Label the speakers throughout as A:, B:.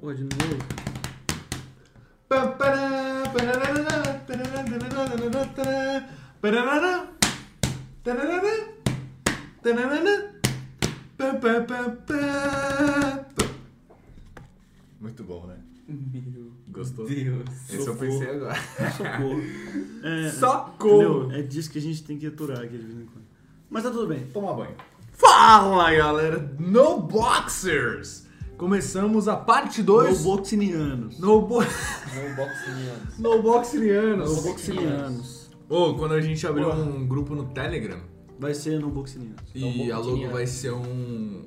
A: Porra, de novo.
B: Muito bom, né?
A: Meu
B: Gostou?
A: Deus.
B: Esse eu pensei agora.
A: Socorro.
C: É,
B: Socorro!
C: entendeu? É disso que a gente tem que aturar aqui de vez em quando. Mas tá tudo bem.
B: Toma banho. Fala galera, No Boxers! Começamos a parte 2
C: No boxinianos.
B: No, bo...
A: Não é. boxeando.
B: no Boxerianos.
C: No boxinianos.
B: Ô, quando a gente abriu um grupo no Telegram
C: Vai ser no boxinianos.
A: No
B: e a logo
A: Boxerianos.
B: vai ser um.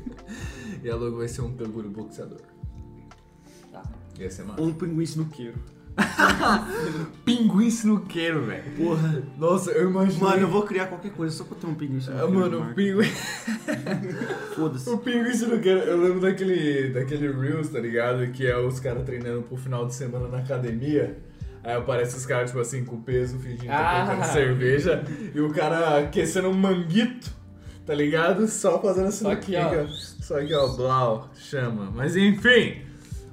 B: e a logo vai ser um canguru boxeador.
A: Tá.
B: Ia ser massa.
C: Ou um pinguim sinuqueiro.
B: Pinguim sinuqueiro, velho.
C: Porra.
B: Nossa, eu imagino. Ah,
C: Mano, eu vou criar qualquer coisa só pra ter um pinguim sinuqueiro.
B: Mano,
C: no
B: o
C: mar.
B: pinguim.
C: Foda-se.
B: O pinguim sinuqueiro, eu lembro daquele, daquele Reels, tá ligado? Que é os caras treinando pro final de semana na academia. Aí aparece os caras, tipo assim, com peso, fingindo que tá
A: Ah.
B: colocando cerveja. E o cara aquecendo um manguito, tá ligado? Só fazendo
A: Só que,
B: sinuqueca. Só que, ó, blau, chama. Mas enfim,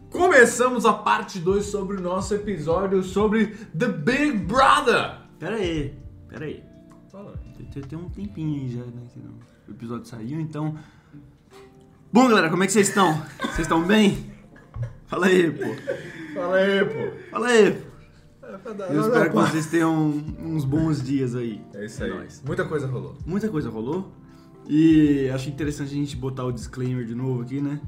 B: começamos a parte 2 sobre o nosso episódio sobre The Big Brother.
C: Pera aí. Pera aí. Tem- Tem, tem um tempinho aí já, né? que não- o episódio saiu, então. Bom, galera, como é que vocês estão? Vocês estão bem? Fala aí, pô.
B: Fala aí, pô.
C: Fala aí. pô.
B: É pra dar-
C: Eu espero que vocês tenham uns bons dias aí.
B: É isso aí.
C: nóis.
B: Muita coisa rolou.
C: Muita coisa rolou. E acho interessante a gente botar o disclaimer de novo aqui, né?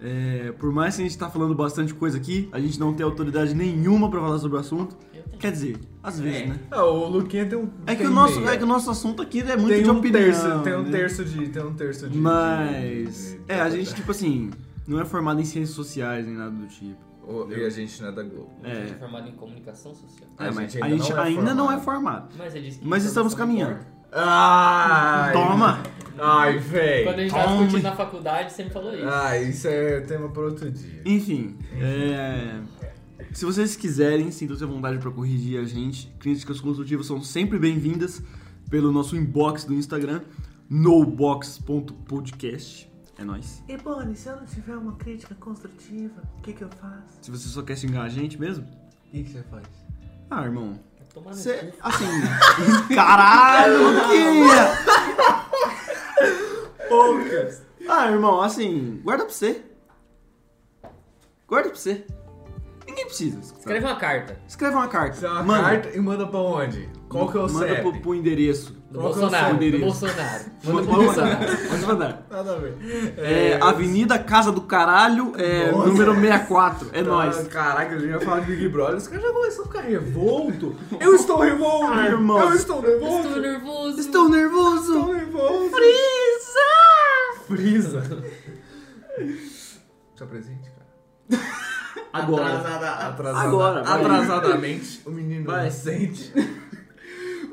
C: É, por mais que a gente tá falando bastante coisa aqui, a gente não tem autoridade nenhuma pra falar sobre o assunto.
A: Eu tenho.
C: Quer dizer, às vezes,
A: É.
C: né?
B: Ah, o Luquinha tem um.
C: É que,
B: tem
C: o nosso,
B: meia.
C: é que o nosso assunto aqui é muito
B: tem
C: de
B: um
C: opinião.
B: terço, tem um
C: né?
B: terço de. Tem um terço de.
C: Mas.
B: de- de-
C: É, a gente, tipo assim, não é formado em ciências sociais nem nada do tipo.
B: O- E a gente não é da Globo.
C: É.
A: É. formado em comunicação social.
B: A
C: É, mas
B: gente
C: a
B: ainda
C: gente
B: não é
C: ainda não é
B: formado.
C: formado.
A: Mas ele disse que
C: Mas estamos
A: informação não
C: caminhando.
A: importa.
B: Ai!
C: Toma!
B: Ai,
A: Quando a
B: véi!
A: gente tava
C: Tome.
A: discutindo na faculdade, você me falou isso.
B: Ai, isso é tema para outro dia.
C: Enfim, é. Se vocês quiserem, sintam-se à vontade pra corrigir a gente. Críticas construtivas são sempre bem-vindas pelo nosso inbox do Instagram, nobox.podcast. É nóis.
D: E Bonnie, se eu não tiver uma crítica construtiva, o que, que eu faço?
C: Se você só quer xingar a gente mesmo,
D: O que, que você faz?
C: ah, irmão.
A: Tomar no
C: Você.
A: cu.
C: Assim. caralho, Luquinha!
B: Poucas!
C: Ah, irmão, assim, guarda pra você. Guarda pra você. Ninguém precisa.
A: Escreve uma carta.
C: Escreve uma carta.
B: Você é uma
C: Manda.
B: carta e manda pra onde? Qual que é o
C: Manda
B: CEP?
C: pro, pro endereço.
A: Do
B: Qual que é o
A: Bolsonaro.
C: seu
A: Do
C: endereço?
A: Bolsonaro. Manda pro
C: Pode
A: Bolsonaro.
C: mandar. Pode mandar.
B: Nada a ver.
C: É, Avenida Casa do Caralho, é,
B: Nossa.
C: número 64. É
B: Tá,
C: nóis.
B: Caraca, eu já falar de Big Brother, os caras já começam a ficar revolto. Eu estou revolto!
C: Ah, irmão.
B: Eu estou revolto!
A: Estou nervoso.
C: Estou nervoso.
B: Estou revolto!
C: Frieza!
B: Brisa. Tá presente, cara?
C: Agora.
B: Atrasada, atrasada,
C: Agora, vai.
B: atrasadamente, o menino
C: Vai.
B: sente.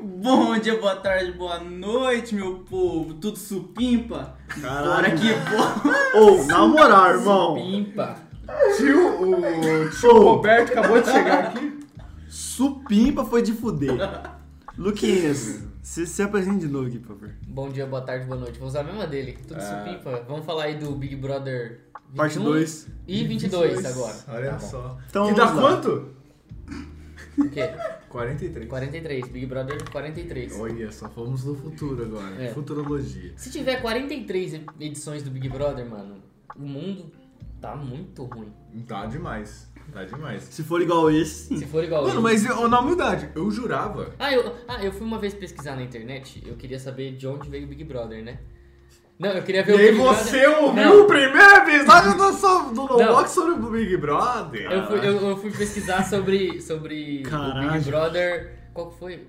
E: Bom dia, boa tarde, boa noite, meu povo. Tudo supimpa? Bora que bom.
C: Ou, na moral, irmão.
A: Pimpa.
B: Tio, o tio Roberto acabou de chegar aqui.
C: Supimpa foi de fuder. Luquinhas, se, se apresente de novo aqui, por favor.
A: Bom dia, boa tarde, boa noite. Vou usar a mesma dele. Tudo supimpa. Vamos falar aí do Big Brother 21
C: Parte 2.
A: e 22 agora.
B: Olha
A: Tá bom.
B: só.
C: Então
B: que dá
C: vamos lá.
B: quanto?
A: O quê?
B: 43.
A: 43. Big Brother 43.
B: Olha só, fomos no futuro agora.
A: É.
B: Futurologia.
A: Se tiver 43 e- edições do Big Brother, mano, o mundo tá muito ruim.
B: Tá demais. Tá demais.
C: Se for igual esse, sim.
A: Se for igual
B: Hum. Mano,
A: ele.
B: mas eu, na humildade, eu jurava.
A: Ah eu, ah, eu fui uma vez pesquisar na internet, eu queria saber de onde veio o Big Brother, né? Não, eu queria ver
B: E
A: o
B: aí
A: Big
B: você
A: Brother.
B: ouviu
A: Não,
B: o primeiro episódio do, so- do No
A: Não.
B: Box sobre o Big Brother?
A: eu fui, eu, eu fui pesquisar sobre, sobre o
C: Caralho.
A: Big Brother. Qual que foi?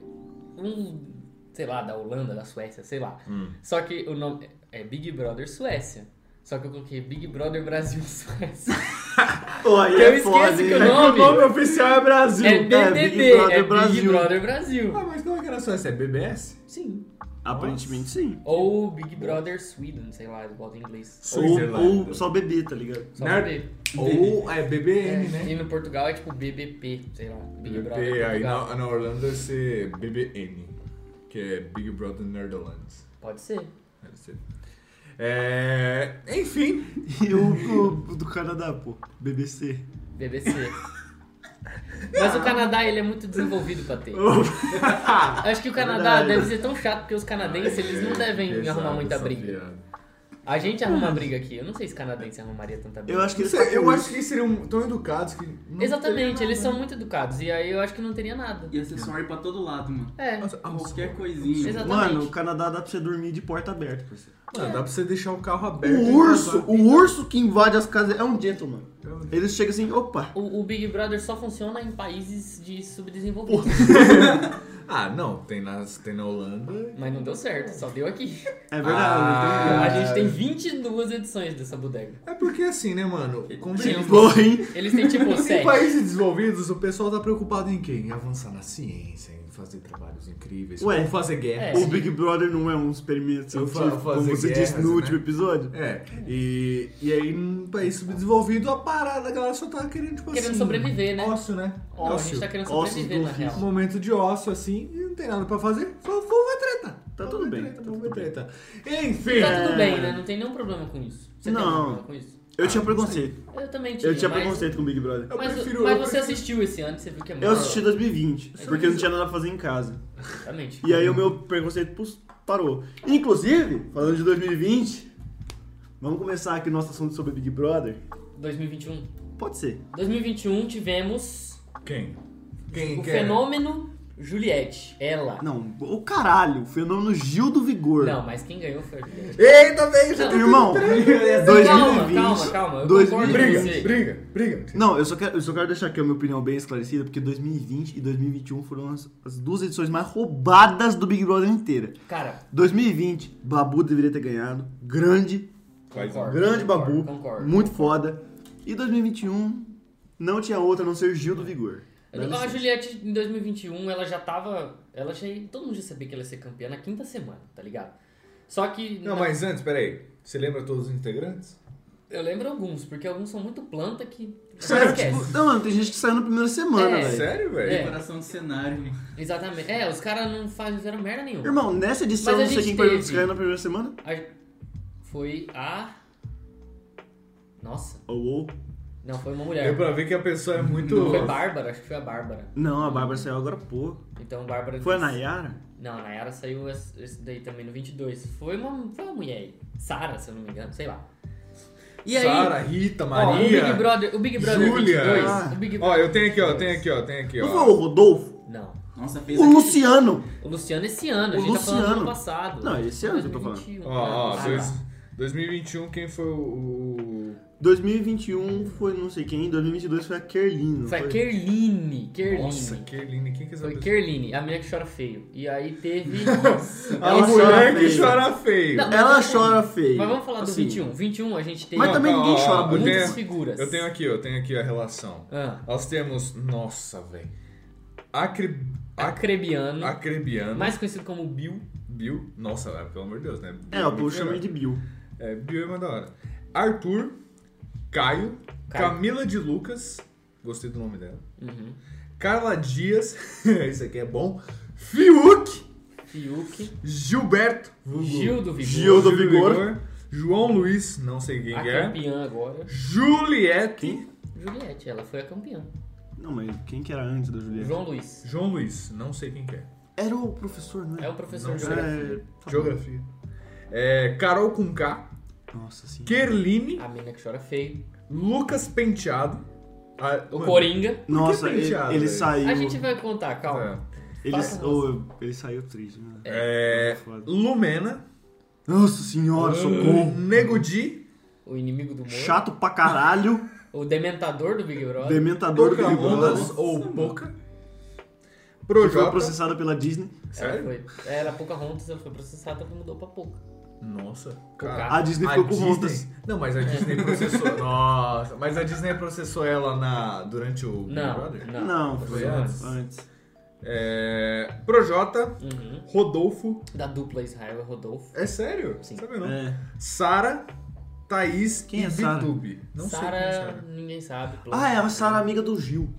A: Um. Sei lá, da Holanda, da Suécia, sei lá.
B: Hum.
A: Só que o nome é Big Brother Suécia. Só que eu coloquei Big Brother Brasil Suécia.
C: Pô, aí
A: Eu
C: é
A: esqueço
C: foda,
A: que
C: hein?
A: eu
B: É que o
A: Nome?
B: nome oficial é Brasil.
A: É BBB,
C: Brother
A: é Big
C: Brasil.
A: Brother Brasil.
B: Ah, mas como é que era só essa? É BBS?
A: Sim.
C: Aparentemente sim.
A: Ou Big Brother Sweden, sei lá, eles botam em inglês.
C: Ou,
B: Switzerland.
C: ou só bebê, tá ligado?
A: Só
B: Ner-
A: BB.
B: Ou é BBM,
A: É,
B: né?
A: E no Portugal é tipo BBP, sei lá. Big
B: BBP,
A: Brother
B: aí
A: Portugal.
B: na, na Orlando deve ser BBN, que é Big Brother Netherlands.
A: Pode ser.
B: Deve ser. É, enfim,
C: E o, o do Canadá, pô. BBC.
A: BBC. Mas o Canadá, ele é muito desenvolvido pra ter. Acho que o Canadá
C: Verdade.
A: deve ser tão chato porque os canadenses, eles
B: É,
A: não devem arrumar muita briga. A gente arruma briga aqui. Eu não sei se canadense arrumaria tanta briga.
C: Eu acho que eles
B: Sei, eu
C: são-
B: acho que eles seriam tão educados que. não
A: Exatamente,
B: teria
A: eles
B: nada.
A: são muito educados. E aí eu acho que não teria nada.
E: Ia ser sorry pra todo lado, mano.
A: É.
B: Nossa, ah,
E: Qualquer
B: nossa.
E: coisinha.
A: Exatamente.
C: Mano, o Canadá dá pra você dormir de porta aberta, parceiro.
B: Mano, dá pra você deixar o carro aberto.
C: O
B: e
C: urso,
B: vazar.
C: o urso que invade as casas é um gentleman. Eles chegam assim, opa.
A: O, o Big Brother só funciona em países de subdesenvolvidos.
B: Ah, não, tem, nas, tem na Holanda.
A: Mas não deu certo, só deu aqui.
C: É
B: Ah.
C: verdade.
A: A gente tem 22 edições dessa bodega.
B: É porque assim, né, mano?
C: Então...
A: um
B: Convenhamos.
C: Boa, hein?
A: Eles têm tipo
B: Em
A: 7.
B: países desenvolvidos, o pessoal tá preocupado em quê? Em avançar na ciência, em fazer trabalhos incríveis,
C: Ué.
B: como fazer
A: É.
B: guerra.
C: O Big Brother não é um experimento
B: Eu fa-
C: científico, como
B: fazer
C: você
B: guerras,
C: disse no
B: né?
C: último episódio.
B: É, e, e aí num país subdesenvolvido, a parada, a galera só tá querendo, tipo
A: Querendo
B: assim...
A: sobreviver, né?
B: Ócio, né?
A: Não, a gente tá querendo sobreviver, na
C: Ossos do
A: real.
B: Momento de ócio, assim, e não tem nada pra fazer, só vamos ver treta.
C: Tá
B: Vamos
C: tudo
B: ver
C: bem,
B: treta,
C: tá
B: vamos
C: tudo
B: ver
C: bem.
B: treta. Enfim,
A: Tá tudo bem, né? Não tem nenhum problema com isso. Você tem
C: Não.
A: algum problema com isso?
C: Eu tinha preconceito.
A: Eu também tinha.
C: Eu tinha
A: mas...
C: preconceito com o Big Brother.
B: Eu
A: Mas,
B: prefiro-
A: mas
B: eu
A: você
B: prefiro-
A: assistiu esse ano, você viu que é muito.
C: Eu assisti 2020, porque eu não tinha nada pra fazer em casa.
A: Exatamente.
C: E aí o meu preconceito pus- parou. Inclusive, falando de 2020, vamos começar aqui nosso assunto sobre Big Brother?
A: 2021.
C: Pode ser.
A: 2021 tivemos
B: Quem? Quem é?
A: o
B: quer?
A: fenômeno Juliette. Ela.
C: Não, o caralho, o fenômeno Gil do Vigor.
A: Não, mas quem ganhou foi a Juliette.
B: Eita, tá velho, já
A: Não.
B: tem...
C: Irmão, 2020.
A: Calma, calma, calma. Eu
C: 2020.
A: concordo
B: Briga,
A: com você.
B: briga, briga.
C: Não, eu só, quero, eu só quero deixar aqui a minha opinião bem esclarecida, porque 2020 e 2021 foram as, as duas edições mais roubadas do Big Brother inteira.
A: Cara,
C: 2020, Babu deveria ter ganhado. Grande,
B: Faz
A: concordo,
C: um grande
A: concordo,
C: Babu.
A: Concordo.
C: Muito foda. E 2021, não tinha outra a não ser
A: É.
C: Gil do Vigor. Dá
A: A
C: licença.
A: Juliette, em 2021, ela já tava. Ela já, todo mundo já sabia que ela ia ser campeã na quinta semana, tá ligado? Só que.
B: Não, mas antes, peraí. Você lembra todos os integrantes?
A: Eu lembro alguns, porque alguns são muito planta que.
B: Sério? tipo-
A: Esquece.
C: tipo, Não, mano, tem gente que saiu na primeira semana,
A: É.
C: velho.
B: Sério, velho?
A: É.
E: Decoração de cenário, mano.
A: Exatamente. É, os caras não faz- não fizeram merda nenhuma.
C: Irmão, nessa edição,
A: Mas a
C: não sei
A: gente
C: quem foi
A: teve.
C: que saiu na primeira semana.
A: A- Foi a. Nossa.
C: Ou, ou.
A: Não, foi uma mulher.
B: Deu pra ver que a pessoa é muito...
A: Não, foi Bárbara, acho que foi a Bárbara.
C: Não, a Bárbara saiu agora há pouco.
A: Então Bárbara.
C: Foi a Nayara?
A: Não, a Nayara saiu esse esse daí também no 22. Foi uma, foi uma mulher aí. Sara, se eu não me engano, sei lá. E aí.
B: Sara, Rita,
A: Ó, o Big
B: Maria,
A: Brother, o Big Brother
B: Júlia.
A: 22,
C: Ah.
A: o Big
B: Ó, eu tenho aqui, ó, tenho aqui, ó, tenho aqui,
C: Não foi
B: ó.
C: o Rodolfo?
A: Não.
E: Nossa, fez
C: O
E: aquele-
C: Luciano!
A: O Luciano esse ano, a
C: O
A: gente tá falando do ano
C: Luciano.
A: passado.
B: é
C: Não, esse ano que eu tô falando.
A: 2021.
B: Ó, ó,
A: Ah,
B: dois-
A: tá.
B: 2021, quem foi o... o-
C: 2021 foi não sei quem, 2022 foi a Kerlin. não
A: Foi a Kerline, Kerline.
B: Nossa, Kerline, quem que é essa
A: Foi
B: pessoa?
A: Kerline, a menina que chora feio. E aí teve...
B: A
C: Ela
B: mulher
C: chora
B: É um que
C: feio.
B: chora feio.
A: Não,
C: Ela chora feio.
A: Mas vamos falar do
C: Assim,
A: 21. 21 a gente tem
C: Mas também
B: calma, tá,
C: ninguém
B: ó,
C: chora
B: ó,
C: bonito.
A: muitas
B: Eu tenho,
A: figuras.
B: eu tenho aqui, eu tenho aqui a relação.
A: Ah,
B: Nós temos... Nossa, velho. Acre... Acre...
A: Acrebiano,
B: Acrebiano.
A: mais conhecido como Bill.
B: Bill. Nossa, velho, pelo amor de Deus, né? Bill
C: É, o
B: muito
C: povo chama
B: melhor.
C: ele de Bill.
B: É, Bill é mais da hora. Arthur, Caio,
A: Caio.
B: Camila de Lucas, gostei do nome dela.
A: Uhum.
B: Carla Dias, isso aqui é bom. Fiuk,
A: Fiuk,
B: Gilberto, vulgo
A: Gil do Vigor,
C: Gil do Vigor.
B: João Luiz, não sei quem
A: a
B: que é.
A: campeã agora.
B: Juliette,
A: Juliette, ela foi a campeã.
C: Não, mas quem que era antes da Juliette?
A: João Luiz.
B: João Luiz, não sei quem que é.
C: Era o professor, não
A: É
C: era?
A: o professor
B: Não
A: de
B: sei.
A: geografia.
C: tá
B: Geografia. É, Carol com K,
C: bom. Nossa, sim.
B: Kerline,
A: A menina que chora feio.
B: Lucas Penteado. Ah,
A: O
B: mano,
A: Coringa.
C: Nossa, ele,
B: penteado,
C: ele
B: velho?
C: saiu.
A: A gente vai contar, calma.
B: é.
C: Ele,
A: Passa,
C: oh, ele saiu triste, né?
B: É, Hum.
C: Foda.
B: Lumena,
C: Nossa senhora, socorro.
B: Nego Di,
A: O inimigo do mundo.
C: Chato pra caralho.
A: O dementador do Big Brother.
C: Dementador do Big
B: Pocahontas
C: Brother.
B: ou Poca.
C: Que foi
B: Projota.
C: processada pela Disney.
A: Ela
B: Sério?
A: É, foi. Era Pocahontas, ela foi processada e mudou pra pouca.
B: Nossa.
C: A Disney ficou com Pocahontas.
B: Não, mas a Disney processou. Nossa, mas a Disney processou ela na durante o Big
A: Não,
B: Brother?
A: não.
C: Não, foi
B: Foi
C: antes.
B: antes.
C: antes.
B: É, Projota,
A: Uhum.
B: Rodolfo.
A: Da dupla Israel e Rodolfo.
B: É sério?
A: Sim.
B: Sabe não?
C: É.
B: Sara, Thaís
C: Quem
B: e
C: é Sara?
B: Vitube. Não sei quem é
A: Sara,
B: Sara.
A: ninguém sabe.
C: Ah, é a Sara amiga do Gil.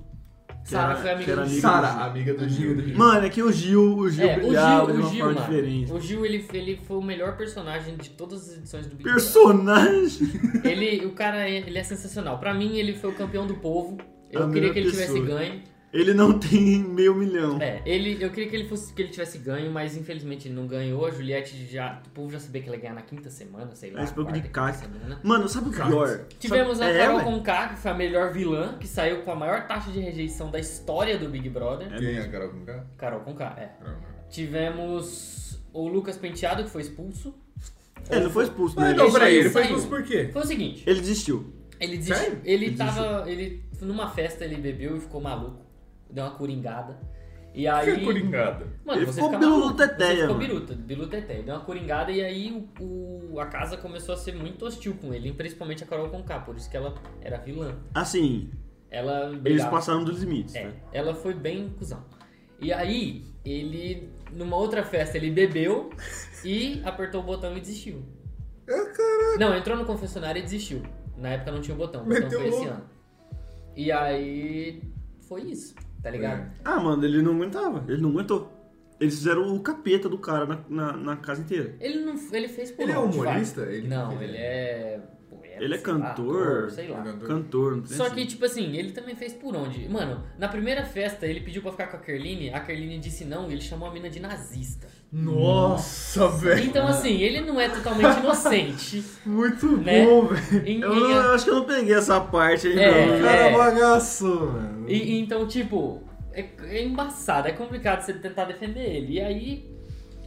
A: Sara
C: era-
A: foi amiga
C: que era
A: do
C: amiga
A: Gil.
B: Sara, amiga do Gil.
C: Mano, é que o Gil, o Gil
A: É, o
C: brilhava
A: Gil,
C: de
A: o
C: uma
A: Gil,
C: forma
A: mano.
C: diferente.
A: O Gil, ele, ele foi o melhor personagem de todas as edições do Big Brother.
C: Personagem.
A: Ele, o cara, é- ele é sensacional. Pra mim, ele foi o campeão do povo. Eu
C: A
A: queria
C: melhor
A: que ele tivesse
C: pessoa.
A: ganho.
C: Ele não tem meio milhão.
A: É, ele, eu queria que ele fosse, que ele tivesse ganho, mas infelizmente ele não ganhou. A Juliette já, o povo já sabia que ela ia ganhar na quinta semana, sei lá.
C: Esse pouco de
A: quarta,
C: caca.
A: quinta semana.
C: Mano, sabe o
B: Cara,
C: pior?
A: Tivemos
C: Sabe- É,
A: a Carol
C: ué.
A: Conká, que foi a melhor vilã, que saiu com a maior taxa de rejeição da história do Big Brother.
C: É
B: Quem é
C: mesmo.
B: a Carol Conká?
A: Carol Conká, é.
B: Carol Conká.
A: Tivemos o Lucas Penteado, que foi expulso.
C: Ele não foi expulso, né?
B: Mas
A: Ele
B: não, peraí,
A: saiu,
B: ele foi
A: saiu.
B: expulso por quê?
A: Foi o seguinte,
C: Ele desistiu.
A: ele desistiu.
B: Sério?
A: Ele,
C: Ele
A: tava. Ele. Numa festa ele bebeu e ficou maluco. Deu uma coringada. E aí.
B: Que coringada.
A: Mano,
C: Ele
A: você
C: ficou
A: fica maluco,
C: biruteteia,
A: Você ficou
C: mano.
A: biruta, biruteteia. Deu uma coringada e aí o, o- a casa começou a ser muito hostil com ele, principalmente a Carol Conká, por isso que ela era vilã.
C: Assim,
A: Ela
C: eles
A: brigava-
C: passaram dos limites,
A: É,
C: né?
A: ela foi bem cuzão. E aí, ele, numa outra festa, ele bebeu e apertou o botão e desistiu. Não, entrou no confessionário e desistiu. Na época não tinha o botão, o botão
B: Meteu
A: foi esse
B: louco.
A: ano. E aí, foi isso, tá ligado?
C: Ah, mano, ele não aguentava. Ele não aguentou. Eles fizeram o capeta do cara na, na, na casa inteira.
A: Ele não, ele fez por
B: Ele é
A: onde, vai?
B: humorista? Ele-
A: não,
B: ele-
A: ele, é... poeta,
C: Ele é
A: sei lá,
C: cantor,
A: ator, sei
B: é
A: lá.
C: Cantor, não tem
A: Só
C: assim.
A: que, tipo assim, ele também fez por onde? Mano, na primeira festa ele pediu pra ficar com a Kerline, a Kerline disse não e ele chamou a mina de nazista.
B: Nossa, velho.
A: Então, assim, ele não é totalmente inocente.
B: Muito
A: Né?
B: bom, velho.
A: Em-
C: Eu,
A: em-
C: não- eu acho que eu não peguei essa parte ainda.
A: É.
C: não.
B: Cara, bagaço, mano.
A: e- e então, tipo, é, é embaçado, é complicado você tentar defender ele. E aí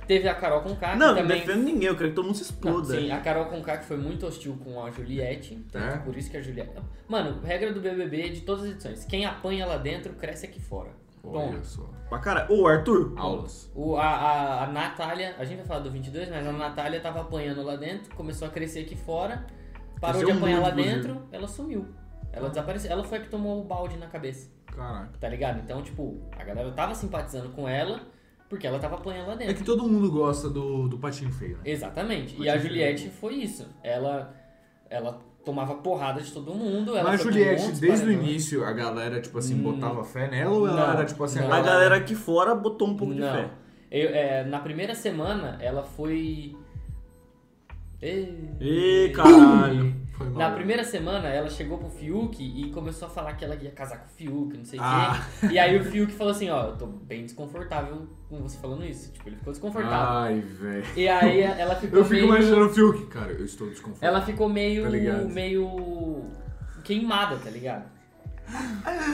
A: teve a Carol Conká, que
C: Não, não
A: também.
C: defendo ninguém, eu quero que todo mundo se
A: Não,
C: exploda.
A: sim, a Carol Conká que foi muito hostil com a Juliette, então
B: É?
A: por isso que a Juliette. Mano, regra do BBB de todas as edições: quem apanha lá dentro cresce aqui fora. Bom,
B: Olha só.
C: Pra cara. Ô, Arthur,
B: Aulas.
A: o, a, a, a Natália, a gente vai falar do 22, mas a Natália tava apanhando lá dentro, começou a crescer aqui fora, parou
C: Cresceu
A: de apanhar
C: muito,
A: lá
C: Ah.
A: dentro, ela sumiu. Ela desapareceu. Ela foi a que tomou o balde na cabeça.
B: Caraca.
A: Tá ligado? Então, tipo, a galera tava simpatizando com ela porque ela tava apanhando lá
B: É
A: dentro.
B: que todo mundo gosta do, do patinho feio, né?
A: Exatamente.
B: Pode
A: e a
B: ser.
A: Juliette foi isso. Ela ela tomava porrada de todo mundo. Ela
B: Mas
A: foi pra
B: Juliette,
A: montes de
B: desde o
A: paredões.
B: início, a galera, tipo assim,
A: Hum.
B: botava fé nela ou ela
A: Não,
B: era, tipo assim,
A: não.
B: a
C: a
B: galera...
C: galera aqui fora botou um pouco de
A: Não.
C: fé.
A: Eu, é, na primeira semana, ela foi. Ei,
C: Ih, caralho.
B: é, Foi mal.
A: é, Na primeira semana, ela chegou pro Fiuk e começou a falar que ela ia casar com o Fiuk, não sei o
B: Ah.
A: quê. E aí o Fiuk falou assim: Ó, eu tô bem desconfortável com você falando isso. Tipo, ele ficou desconfortável.
B: Ai, velho.
A: E aí ela ficou
B: Ah. Eu fico
A: meio...
B: imaginando o Fiuk. Cara, eu estou desconfortável.
A: Ela ficou meio.
B: Tá ligado.
A: meio. queimada, tá ligado?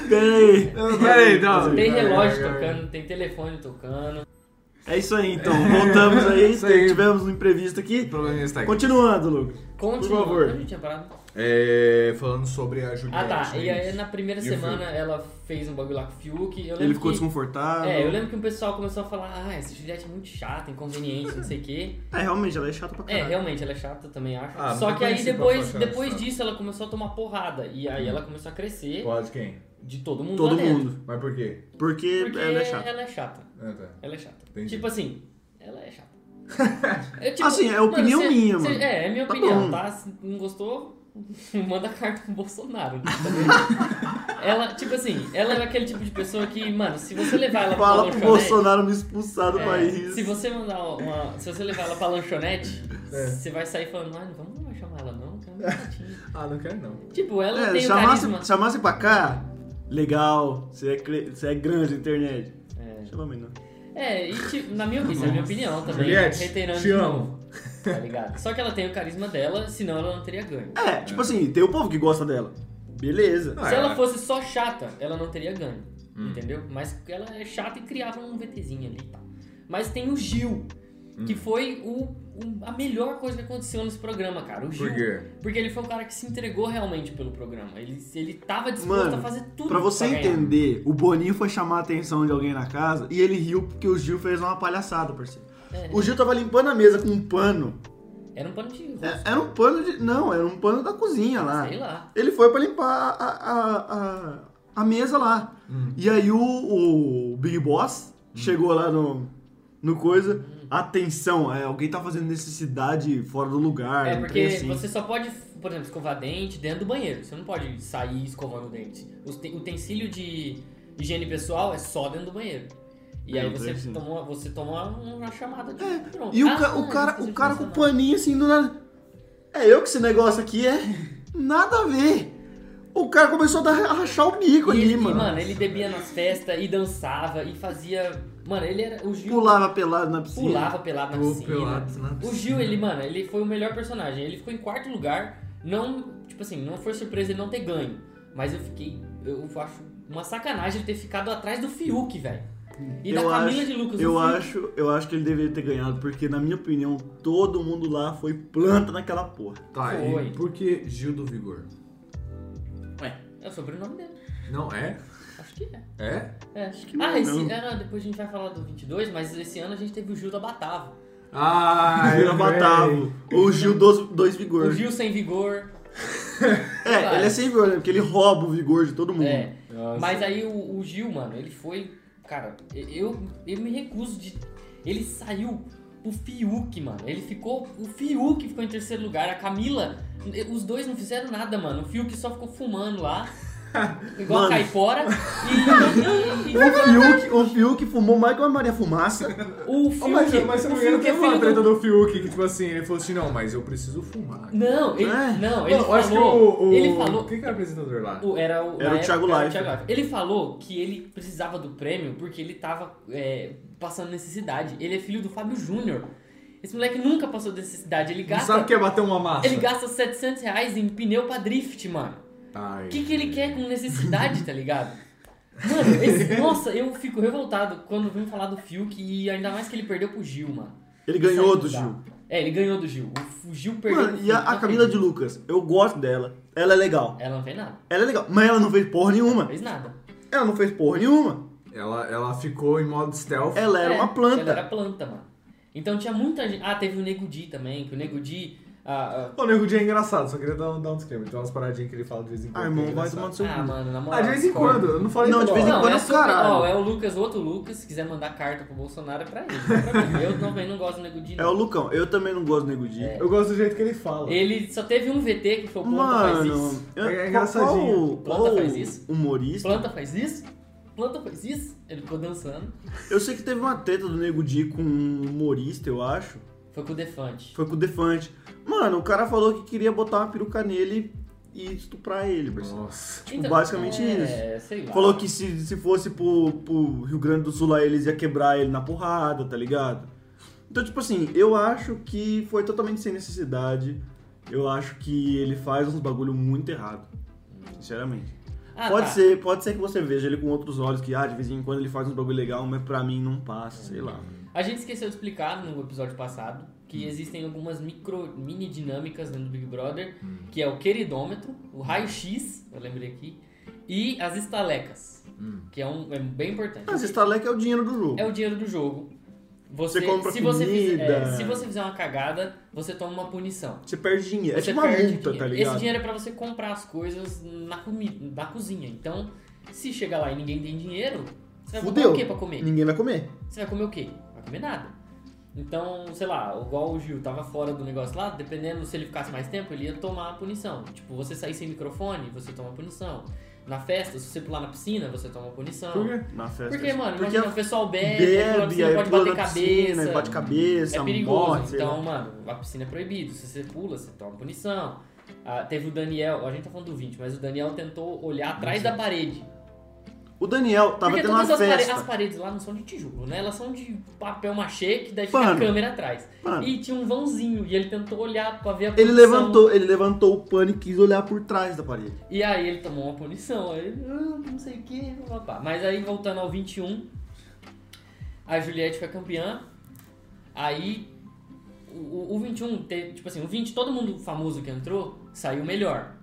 C: Peraí.
B: Peraí, não.
A: Tem
B: tá Ai,
A: relógio
B: ai, ai.
A: tocando, tem telefone tocando.
C: É isso aí, então. Voltamos aí.
B: Isso aí.
C: Tivemos um imprevisto aqui.
B: Probleminha está aqui.
C: Continuando, Lucas.
A: Continua.
C: favor.
A: Onde eu tinha parado?
B: É, falando sobre a Juliette.
A: Ah tá,
C: É,
A: e
B: né?
A: aí na primeira
B: E o
A: semana ela fez um bagulho lá com o Fiuk. Eu lembro
C: Ele ficou
A: que...
C: desconfortável.
A: É, eu lembro que o pessoal começou a falar, ah, essa Juliette é muito chata, inconveniente, não sei o quê.
C: É, realmente, ela é chata pra
A: É,
C: caralho.
A: realmente, ela é chata, eu também acho.
B: Ah,
A: Só
B: não
A: que aí
B: conheci pra
A: depois,
C: é
B: achar
A: depois
B: chata.
A: disso ela começou a tomar porrada. E aí ela começou a crescer
B: Pode quem?
A: de todo mundo
C: Uhum. Todo
A: lá dentro.
C: mundo.
B: Mas por quê?
C: Porque,
A: Porque
C: ela é chata.
A: chata.
B: Ah, tá.
A: Ela é chata.
B: Entendi.
A: Tipo assim, ela é chata. É tipo-
C: Assim, é opinião
A: cê-
C: minha,
A: cê-
C: mano.
A: É, é minha
C: Tá
A: opinião,
C: bom.
A: tá? Se não gostou, manda carta pro Bolsonaro. tá vendo? ela, tipo assim, ela é aquele tipo de pessoa que, mano, se você levar ela pra uma
C: Fala pro
A: lanchonete...
C: Bolsonaro me expulsar do
A: é,
C: país.
A: se você mandar uma. Se você levar ela pra lanchonete,
B: É.
A: você vai sair falando, ah, não vamos mais chamar ela não, que ela é muito chatinha."
B: Ah, não quero não.
A: Tipo, ela
C: É,
A: tem o carisma.
C: chamasse, chamasse pra cá, legal, você é, cre- você é grande na internet. Chama a mim, não.
A: É, e tipo, na minha opinião, na minha opinião também,
B: Juliette,
A: reiterando
B: te
A: de
B: amo.
A: novo. Tá ligado? Só que ela tem o carisma dela, senão ela não teria ganho.
C: É, tipo assim, tem o povo que gosta dela. Beleza.
B: Ah,
A: Se ela
B: é.
A: fosse só chata, ela não teria ganho.
C: Hum.
A: Entendeu? Mas ela é chata e criava um VTzinho ali e tal. Mas tem o Gil,
C: Hum.
A: que foi o, o- a melhor coisa que aconteceu nesse programa, cara. O Gil.
B: Por quê?
A: Porque ele foi um cara que se entregou realmente pelo programa. Ele, ele tava disposto
C: Mano,
A: a fazer tudo. tá
C: Pra você
A: ganhar.
C: entender, o Boninho foi chamar a atenção de alguém na casa e ele riu porque o Gil fez uma palhaçada, parceiro.
A: É.
C: O Gil tava limpando a mesa com um pano.
A: Era um pano de rosto.
C: É, Era um pano de. Não, era um pano da cozinha lá.
A: Sei lá.
C: Ele foi pra limpar a, a, a, a mesa lá.
B: Hum.
C: E aí o, o Big Boss chegou lá no, no coisa. Atenção, é, alguém tá fazendo necessidade fora do lugar.
A: É
C: um
A: porque
C: trem assim.
A: você só pode, por exemplo, escovar dente dentro do banheiro. Você não pode sair escovando dente. O te- o utensílio de, higiene pessoal é só dentro do banheiro. E
C: É,
A: aí
C: eu
A: você
C: sei sim. É,
A: toma, você toma uma chamada de pronto.
C: E o,
A: Ah,
C: ca-
A: não,
C: o cara,
A: fazer
C: o cara com o
A: funcionar.
C: paninho assim do nada. É eu que esse negócio aqui é. Nada a ver. O cara começou a, dar, a rachar o bico
A: E
C: ali,
A: ele, e,
C: mano.
A: mano, ele bebia nas festas e dançava e fazia. Mano, ele era. O Gil
C: Pulava pelado na piscina.
A: pulava pelado na
B: Pulou
A: piscina.
B: pelado na
A: O Gil, ele, mano, ele foi o melhor personagem. Ele ficou em quarto lugar. Não, tipo assim, não foi surpresa ele não ter ganho. Mas eu fiquei. Eu acho uma sacanagem ele ter ficado atrás do Fiuk, velho. E da
C: Eu
A: Camila
C: acho-
A: de Lucas.
C: Eu
A: o Fiuk.
C: acho, eu acho que ele deveria ter ganhado, porque na minha opinião, todo mundo lá foi planta naquela porra.
B: Tá,
A: Foi.
B: e por que Gil do Vigor?
A: É o sobrenome dele.
B: Não é?
A: Acho que é.
B: É?
A: É. Acho que
C: não,
A: Ah, esse.
C: não.
A: é, não, depois a gente vai falar do 22, mas esse ano a gente teve o Gil da Batavo.
B: Ah,
C: Vira
B: eu
C: Batavo. Ou Gil dos, dois
A: O
C: Vigor.
A: Gil sem vigor.
C: É, ele é sem vigor, né? Porque ele rouba o vigor de todo mundo.
A: É.
B: Nossa.
A: Mas aí o, o Gil, mano, ele foi. Cara, eu, eu me recuso de. Ele saiu o Fiuk, mano. Ele ficou. O Fiuk ficou em terceiro lugar. A Camila, os dois não fizeram nada, mano. O Fiuk só ficou fumando lá. Igual
C: Mano.
A: a caipora. E. e- e-
C: O Fiuk, o Fiuk fumou mais que uma Maria Fumaça.
A: o
B: Ô,
A: Fiuk.
B: mas, mas se eu
A: o
B: não me engano,
A: Fiuk é
B: teve uma
A: filho
B: treta
A: do.
B: do Fiuk que, tipo assim, ele falou assim: não, mas eu preciso fumar.
A: Não, ele,
C: É.
A: não, ele
B: Mano, eu acho que
A: falou.
B: o, o-
A: Ele falou.
B: Quem que era o apresentador lá?
A: O- era o,
C: Era
A: na
C: o Thiago
A: época, era
C: Leifert.
A: Ele falou que ele precisava do prêmio porque ele tava é, passando necessidade. Ele é filho do Fábio Júnior. Esse moleque nunca passou necessidade. Ele
B: Não
A: gasta,
B: sabe o que é bater uma massa?
A: ele gasta 700 reais em pneu pra drift, mano.
B: Ai.
A: O que, que ele quer com necessidade, tá ligado? Mano, esse- nossa, eu fico revoltado quando vem falar do Fiuk e ainda mais que ele perdeu pro Gil, mano.
C: Ele ganhou
A: Isso
C: do
A: aí não
C: Gil.
A: dá. É, ele ganhou do Gil. O, o Gil perdeu
C: Mano,
A: pro
C: e a,
A: Fiuk,
C: a
A: não
C: Camila de
A: acredito.
C: Lucas, eu gosto dela. Ela é legal.
A: Ela não fez nada,
C: Ela é legal. Mas ela não fez porra
A: não
C: nenhuma.
A: fez nada.
C: Ela não fez porra nenhuma.
B: Ela, ela ficou em modo stealth.
C: Ela era
A: É,
C: uma planta.
A: Ela era planta, mano. Então tinha muita gente. Ah, teve o Nego Di também, que o Nego Di. Ah, ah,
B: O Nego Dia é engraçado, só queria dar um, dar um disclaimer. Tem umas paradinhas que ele fala de vez em quando.
C: Ah,
B: que é
C: irmão, vai
B: engraçado.
C: tomar no seu
A: ah,
C: cu.
A: mano, na moral.
B: Ah, de vez em
A: discordo.
B: quando, eu não falei
C: Não, de
B: toda
C: vez em
B: hora.
A: Não,
C: quando
A: é
C: é o
A: super-
C: caralho.
A: ó, é o Lucas, o outro Lucas, se quiser mandar carta pro Bolsonaro, é pra ele. não é pra mim. Eu também não gosto do Nego Di.
C: É
A: não.
C: o Lucão. Eu também não gosto do Nego Di.
B: Eu gosto do jeito que ele fala.
A: Ele só teve um VT que foi É. o Planta faz
C: Mano,
A: isso.
C: eu-
B: É
C: qual-
B: engraçadinho.
C: Qual,
A: Planta
C: qual
A: faz isso.
C: humorista?
A: Planta faz isso? Planta faz isso? Ele ficou dançando.
C: Eu sei que teve uma treta do Nego Di com um humorista, eu acho.
A: Foi com o Defante.
C: Foi com o Defante. Mano, o cara falou que queria botar uma peruca nele e estuprar ele, parceiro.
B: Nossa.
A: Tipo,
C: basicamente
A: é, sei lá.
C: Falou que se, se fosse pro, pro Rio Grande do Sul lá, eles iam quebrar ele na porrada, tá ligado? Então, tipo assim, eu acho que foi totalmente sem necessidade. Eu acho que ele faz uns bagulho muito errado. Sinceramente.
A: Ah,
C: pode
A: tá.
C: ser, pode ser que você veja ele com outros olhos, que ah, de vez em quando ele faz uns bagulho legal, mas pra mim não passa, sei lá.
A: A gente esqueceu de explicar no episódio passado que
C: Hum.
A: existem algumas micro, mini dinâmicas dentro do Big Brother,
C: Hum.
A: que é o queridômetro, o raio-x, eu lembrei aqui, e as estalecas,
C: Hum.
A: que é, um, é bem importante.
C: Mas estaleca é o dinheiro do jogo.
A: É o dinheiro do jogo. Você,
C: Você compra
A: se você Fizer, é,
C: comida.
A: se você fizer uma cagada, você toma uma punição.
C: Você perde dinheiro.
A: Você
C: é tipo uma
A: perde
C: multa,
A: dinheiro.
C: tá ligado?
A: Esse dinheiro é pra você comprar as coisas na, comi- na cozinha. Então, se chegar lá e ninguém tem dinheiro, você vai comprar
C: Fudeu.
A: o que pra comer?
C: Ninguém vai comer.
A: Você vai comer o quê? Vai comer nada. Então, sei lá, igual o Gil tava fora do negócio lá, dependendo se ele ficasse mais tempo, ele ia tomar a punição. Tipo, você sair sem microfone, você toma a punição. Na festa, se você pular na piscina, você toma a punição.
B: Por quê?
C: Na festa.
A: Porque, mano,
C: Porque
A: imagina,
C: a-
A: o pessoal bebe, aí pula na
C: bebe,
A: piscina,
C: aí
A: pode
C: pula
A: bater
C: na
A: cabeça.
C: piscina, aí bate cabeça,
A: é perigoso.
C: morte. sei lá.
A: então, mano, a piscina é proibido. Se você pula, você toma punição. Ah, teve o Daniel, a gente tá falando do 20, mas o Daniel tentou olhar atrás da parede.
C: O Daniel tava
A: Porque
C: tendo uma
A: todas as, pare-
C: festa.
A: as paredes lá não são de tijolo, né? Elas são de papel machê, que daí fica
C: Pano.
A: a câmera atrás.
C: Pano.
A: E tinha um vãozinho, e ele tentou olhar pra ver a
C: Ele
A: punição.
C: levantou, ele levantou o pano e quis olhar por trás da parede.
A: E aí ele tomou uma punição. Aí, ele, "Ah, não sei o que, papá. Mas aí, voltando ao 21, a Juliette foi campeã. Aí, o- o, o 21, teve, tipo assim, o 20, todo mundo famoso que entrou, saiu melhor.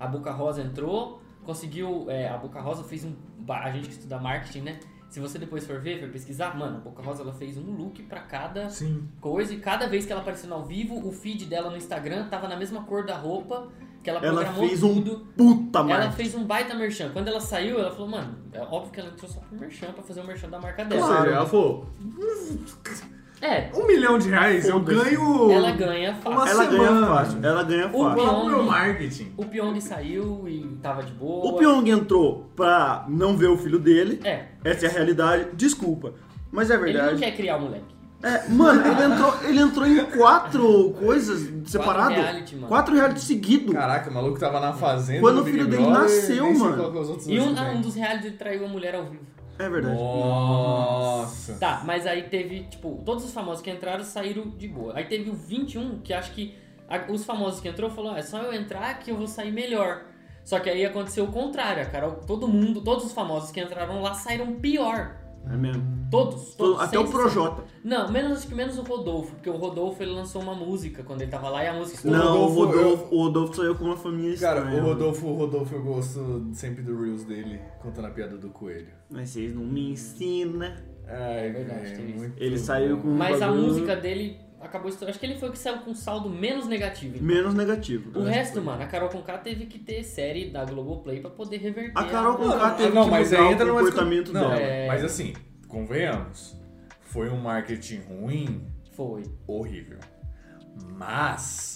A: A Boca Rosa entrou, conseguiu... é, a Boca Rosa fez um... ba- A gente que estuda marketing, né? Se você depois for ver, for pesquisar, mano, a Boca Rosa ela fez um look pra cada
B: Sim.
A: coisa e cada vez que ela apareceu no ao vivo, o feed dela no Instagram tava na mesma cor da roupa que ela
C: Ela
A: programou
C: fez um
A: tudo.
C: puta
A: Ela
C: marca.
A: fez um baita merchan. Quando ela saiu, ela falou, mano, é óbvio que ela entrou só pro merchan pra fazer o merchan da marca
B: Ou
A: dela.
B: seja, ela falou.
A: É,
B: Um milhão de reais, eu
C: Foda-se.
B: ganho.
A: ela ganha fácil.
B: Uma
C: Ela ganha
B: semana.
C: fácil, ela ganha
A: O
C: fácil.
B: Fala pro meu marketing.
A: O Pyong saiu e tava de boa.
C: O Pyong entrou pra não ver o filho dele.
A: É.
C: Essa é a realidade. Desculpa. Mas é
A: Ele não
C: verdade.
A: quer criar o moleque.
C: É, mano, ele entrou, ele entrou em quatro coisas separado.
A: reality, mano.
C: Quatro reality seguido.
B: Caraca, o maluco tava na fazenda.
C: Quando
B: do
C: o
B: Big
C: filho dele
B: Brother,
C: nasceu,
B: nem sei
C: mano.
B: qual que é os outros
A: E um,
B: dois que
A: ah, um
B: tem.
A: dos reais ele traiu a mulher ao vivo.
C: É verdade.
B: Nossa.
A: Tá, mas aí teve, tipo, todos os famosos que entraram saíram de boa. Aí teve o 21, que acho que a- os famosos que entrou falou, "Ah, é só eu entrar que eu vou sair melhor. Só que aí aconteceu o contrário, a Carol, todo mundo, todos os famosos que entraram lá saíram pior.
C: É mesmo.
A: Todos,
C: Todo-
A: todos
C: Até
A: sem
C: o Projota.
A: exceção. Não, menos acho que menos o Rodolfo, porque o Rodolfo ele lançou uma música quando ele tava lá e a música estourou.
C: Não, o
B: Rodolfo-
C: Rodolfo, o Rodolfo saiu com uma família
B: Cara,
C: estranha.
B: o Rodolfo, o Rodolfo, eu gosto sempre do Reels dele, contando a piada do coelho.
C: Mas vocês não me ensinam.
B: Ai,
A: É, Verdade,
B: velho,
A: tem isso.
B: É muito
C: Ele
B: bom.
C: saiu com um
A: Mas a
C: bagulho
A: música dele acabou estourando. Acho que ele foi o que saiu com um saldo menos negativo. então.
C: menos negativo.
A: O resto, mano, a Carol Conká teve que ter série da Globoplay pra poder reverter.
C: A Carol
B: Não,
C: Conká teve
B: Ah, não,
C: que
B: mas
C: mudar
B: aí entra
C: o
B: numa
C: comportamento
B: discu- não,
C: dela.
A: É.
B: Mas assim, convenhamos, foi um marketing ruim,
A: Foi.
B: horrível. Mas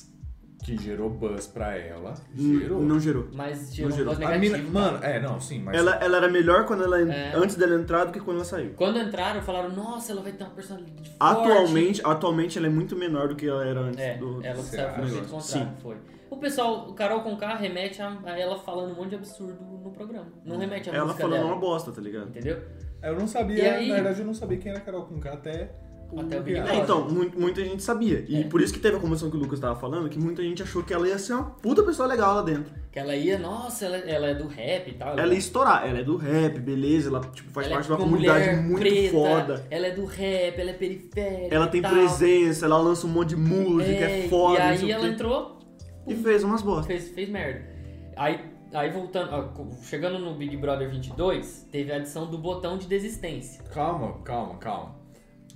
B: que gerou buzz pra ela.
C: N-
B: Gerou.
C: Não gerou.
A: Mas um gerou
C: Não gerou.
A: voz
B: a mina,
A: negativa.
B: mano, é, não, sim, mas
C: Ela, ela era melhor quando ela en-
A: É.
C: antes dela entrar do que quando ela saiu.
A: Quando entraram, falaram, nossa, ela vai ter uma personalidade forte.
C: Atualmente, atualmente ela é muito menor do que ela era antes
A: É,
C: do.
A: ela
B: Será?
A: saiu foi do jeito
C: Negócio.
A: contrário, foi. O pessoal, o Carol Conká remete a, a ela falando um monte de absurdo no programa. Não remete a
C: Hum. ela
A: música
C: falando
A: dela.
C: uma bosta, tá ligado?
A: Entendeu?
B: eu não
A: E
B: sabia,
A: aí-
B: na verdade eu não sabia quem era Carol Conká até
A: Até o Big
C: É,
A: Brother.
C: então, mu- muita gente sabia. E
A: É.
C: por isso que teve a comoção que o Lucas tava falando, que muita gente achou que ela ia ser uma puta pessoa legal lá dentro.
A: Que ela ia, nossa, ela, ela é do rap e tal.
C: Ela ia estourar, ela é do rap, beleza, ela tipo, faz
A: Ela é
C: parte de uma
A: mulher
C: comunidade muito
A: preta,
C: foda.
A: Ela é do rap, ela é periférica.
C: Ela tem
A: e tal.
C: presença, ela lança um monte de música, é, foda,
A: E
C: não
A: aí
C: sei o
A: ela
C: quê.
A: entrou, um
C: E fez umas bosta.
A: fez, fez merda. Aí, aí voltando, ó, co- chegando no Big Brother 22, teve a adição do botão de desistência.
B: Calma, calma, calma.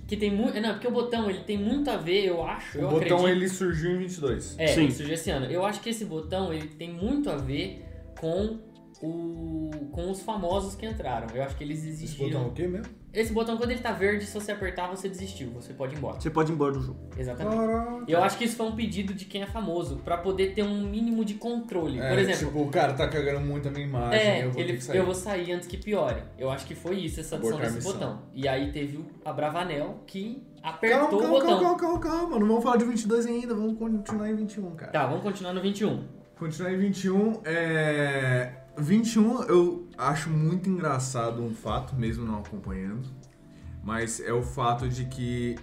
A: Que tem muito. Não, porque o botão ele tem muito a ver, eu acho.
B: O
A: eu
B: botão
A: acredito.
B: ele surgiu em 22.
A: É,
C: Sim.
A: surgiu esse ano. Eu acho que esse botão ele tem muito a ver com o. com os famosos que entraram. Eu acho que eles
B: Esse
A: desistiram.
B: botão o quê mesmo?
A: Esse botão, quando ele tá verde, se você apertar, você desistiu, você pode ir embora.
C: Você pode ir embora do jogo.
A: Exatamente.
B: Caraca.
A: Eu acho que isso foi um pedido de quem é famoso, pra poder ter um mínimo de controle.
B: É,
A: Por exemplo,
B: tipo, o cara tá cagando muito a minha imagem,
A: é,
B: eu vou
A: ele-
B: ter que sair.
A: eu vou sair antes que piore. Eu acho que foi isso, essa adição
B: Abortar
A: desse
B: a missão.
A: botão. E aí teve o- a Bravanel que
B: Calma,
A: apertou
B: calma,
A: o botão.
B: calma, calma, calma, calma. Não vamos falar de 22 ainda, vamos continuar em 21, cara.
A: Tá, vamos continuar no 21.
B: Continuar em 21, é... 21 eu acho muito engraçado um fato, mesmo não acompanhando, mas é o fato de que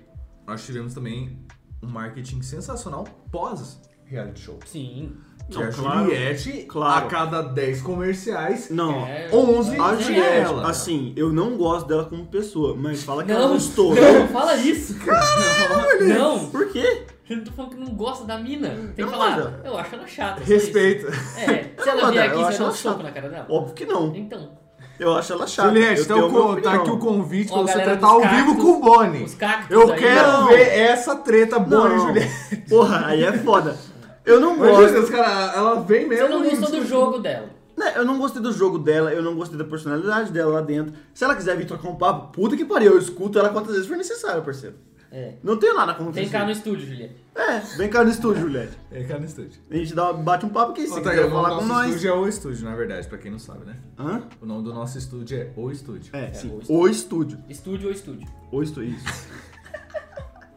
B: nós tivemos também um marketing sensacional pós reality show.
A: Sim.
C: Não,
B: que a
C: claro,
B: Juliette,
C: claro.
B: a cada 10 comerciais,
C: Não,
A: É,
B: 11
C: a
A: é
C: Juliette,
A: ela.
B: ela.
C: assim, eu não gosto dela como pessoa, mas fala que ela
A: Não,
C: não estourou.
A: não, fala isso. Caralho! Não,
C: Por quê?
A: eu não tô falando que não gosta da mina. Tem que
C: Não,
A: falar,
C: mano.
A: eu acho ela chata. só isso.
B: Respeita.
A: É, se ela
C: Mano,
A: vier
C: eu
A: aqui, você dá um
C: acho ela chata.
A: soco na cara dela?
C: Óbvio que não.
A: Então,
C: Eu acho ela chata.
B: Juliette,
C: eu
B: tá,
C: tenho
B: o
C: a minha
B: con- tá
C: opinião.
B: aqui o convite
A: Ó,
B: pra você
A: galera
C: tá
B: tratar ao
A: dos
B: vivo
A: cactos.
B: com o Bonnie.
A: os cactos
B: Eu
A: aí,
B: quero
A: ó.
C: Não.
B: ver essa treta Bonnie e
C: Não,
B: Juliette.
C: porra, aí é foda. Eu não
B: Mas,
C: gosto.
B: Deus, cara, ela vem mesmo.
C: um
A: Você não gostou do jogo dela.
C: Né, eu não gostei do jogo dela, eu não gostei da personalidade dela lá dentro. Se ela quiser vir trocar um papo, puta que pariu, eu escuto ela quantas vezes for necessário, parceiro.
A: É.
C: Não tenho nada contra
A: Vem
C: isso.
A: cá no estúdio, Juliette.
C: É, vem cá no estúdio, Juliette.
B: É, cara, no estúdio.
C: A gente dá, bate um papo que se
B: Ô,
C: quiser
B: Taylor, o
C: falar
B: nosso
C: com nós.
B: estúdio é o estúdio, na verdade, pra quem não sabe, né?
C: Hã?
B: O nome do nosso estúdio é O Estúdio.
C: É, sim.
A: o estúdio.
C: O estúdio.
A: Estúdio ou estúdio?
C: O estúdio, isso.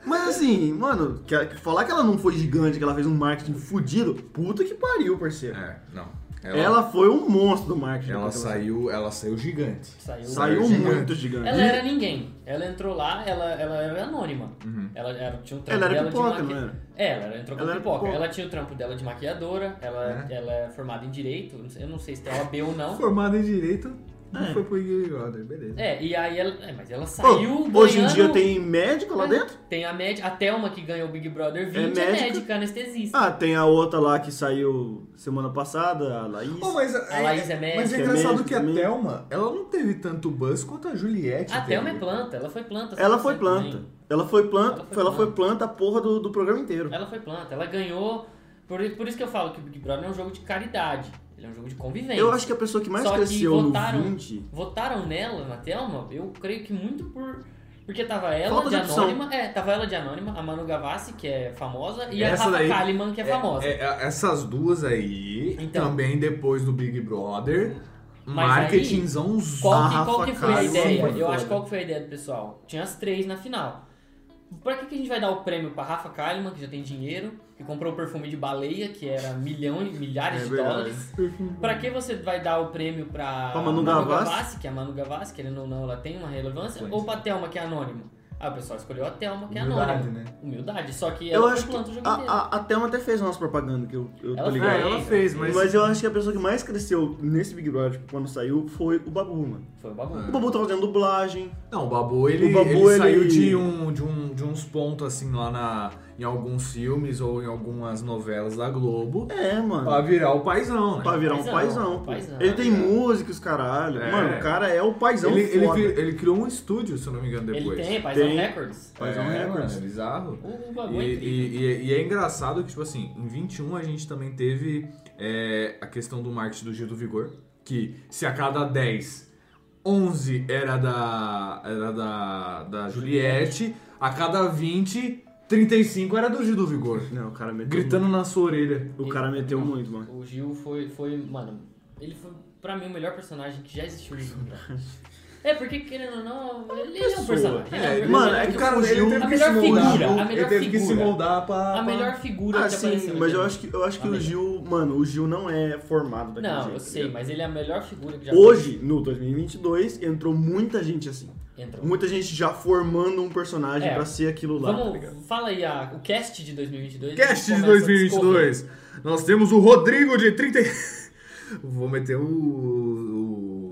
C: Mas assim, mano, que- falar que ela não foi gigante, que ela fez um marketing fudido, puta que pariu, parceiro.
B: É, não.
C: Ela, foi um monstro do marketing.
B: ela
C: Porque
B: saiu, ela saiu gigante.
A: Saiu.
C: Saiu
B: Saiu
C: muito gigante.
A: Ela era ninguém. Ela entrou lá, ela, ela era anônima. Ela, era- tinha um trampo
C: Uhum. Ela era
A: dela
C: pipoca,
A: de maqui...
C: não era?
A: É, ela entrou com
C: Ela era
A: pipoca.
C: pipoca.
A: Ela tinha o trampo dela de maquiadora, ela, ela é formada em direito, eu não sei se tem OAB ou não.
B: Formada em direito, não
C: É.
B: foi pro Big Brother, beleza.
A: É, e aí ela. É, mas ela
C: Pô,
A: saiu.
C: hoje em
A: ganhando-
C: dia tem médico lá
A: É,
C: dentro?
A: Tem a médica. A Thelma que ganhou o Big Brother 20 é médica,
C: médica.
A: anestesista.
C: Ah, tem a outra lá que saiu semana passada, a Laís.
B: Pô, mas,
A: A Laís é médica.
B: mas é
C: É
B: engraçado
C: médica
B: que a
C: também.
B: Thelma, ela não teve tanto buzz quanto a Juliette.
A: a
B: teve.
A: Thelma é planta, ela foi planta.
C: ela
A: 100%
C: foi planta.
A: também.
C: Ela foi planta,
A: Ela
C: ela
A: foi
C: foi, planta a porra do, do programa inteiro.
A: Ela foi planta, ela ganhou. Por, por isso que eu falo que o Big Brother é um jogo de caridade. Ele é um jogo de convivência.
C: Eu acho que a pessoa que mais
A: Só que
C: cresceu
A: votaram-
C: no 20.
A: Votaram nela, na Thelma, eu creio que muito por. Porque tava ela
C: Falta
A: de
C: de opção.
A: anônima, é, tava ela de anônima, a Manu Gavassi, que é famosa, e
B: Essa
A: a Rafa
B: daí-
A: Kalimann, que é, famosa.
B: É, é, essas duas aí,
A: Então.
B: também depois do Big Brother,
A: Mas
B: marketingzão
A: Qual que,
C: Rafa
A: qual que foi a
C: Kalimann
A: ideia?
C: foi
A: Eu
C: foda.
A: acho qual que é foi a ideia do pessoal. Tinha as três na final. Pra que, que a gente vai dar o prêmio pra Rafa Kalimann, que já tem dinheiro, que comprou o perfume de baleia, que era milhões, milhares
C: É
A: de
C: verdade.
A: dólares? Pra que você vai dar o prêmio pra,
C: Pra Manu Gavassi?
A: que é a Manu Gavassi, querendo ou não, ela tem uma relevância,
B: Pois.
A: ou pra Thelma, que é anônima? Ah, o pessoal escolheu a Thelma, que é
B: Humildade,
A: anônima.
B: né?
A: Humildade, só que
C: Eu
A: ela
C: acho que
A: planta o jogo
C: a,
A: inteiro.
C: a, a Thelma até fez nossa propaganda, que eu, eu tô
A: Ela
C: ligado.
B: É, ela fez, mas.
C: Mas... eu acho que a pessoa que mais cresceu nesse Big Brother, tipo, quando saiu, foi o Babu, mano.
A: Foi o bagulho.
C: O Babu tá fazendo dublagem.
B: Não, o Babu, ele,
C: O Babu,
B: ele
C: ele-
B: saiu de, um, de, um, de uns pontos, assim, lá na, em alguns filmes ou em algumas novelas da Globo,
C: É, mano.
B: pra virar o paizão, né?
C: Pra virar um
A: Paizão,
C: paizão, pô.
A: paizão.
C: Ele tem músicos, caralho.
B: É.
C: Mano, o cara é o paizão
B: Ele, ele,
C: foda.
B: cri- ele criou um estúdio, se eu não me engano,
A: Ele
B: depois.
A: tem, Paisão
C: Tem.
A: Records.
C: Paizão
B: é,
C: Records.
B: mano, é bizarro.
A: O, o
B: E,
A: bagulho é incrível.
B: e, e- e é engraçado que, tipo assim, em 21 a gente também teve é, a questão do marketing do Gil do Vigor, que se a cada 10, 11 era da, era da, da Juliette, a cada 20, 35 era do Gil do Vigor.
C: Não, o cara meteu
B: Gritando na sua orelha.
C: muito. O cara meteu muito, mano.
A: O Gil foi, foi, mano, ele foi pra mim o melhor personagem que já existiu no Big Brother. É, porque querendo ou não, ele é um
C: Pessoa.
A: personagem. ele
B: ele-
A: um
C: mano,
A: personagem.
C: é que
B: o cara,
C: o Gil-
B: ele teve
A: a
B: que se
A: melhor
B: moldar.
A: figura, a
B: ele
A: melhor
B: teve que se
A: figura.
B: moldar pra...
A: a
B: pra-
A: melhor figura
C: Ah,
A: que apareceu.
C: sim, mas eu
A: entendeu?
C: acho que, eu acho que o
A: Amém.
C: Gil, mano, o Gil não é formado daquele
A: Não,
C: jeito,
A: eu sei,
C: entendeu?
A: mas ele é a melhor figura que já
C: Hoje, no 2022, entrou muita gente assim.
A: entrou.
C: Muita gente já formando um personagem
A: É.
C: pra ser aquilo lá, tá ligado?
A: Vamos, fala aí a- o cast de 2022.
B: Cast
A: a gente
B: de
A: começa a discorrer.
B: 2022. Nós temos o Rodrigo de 30. Vou meter o. o...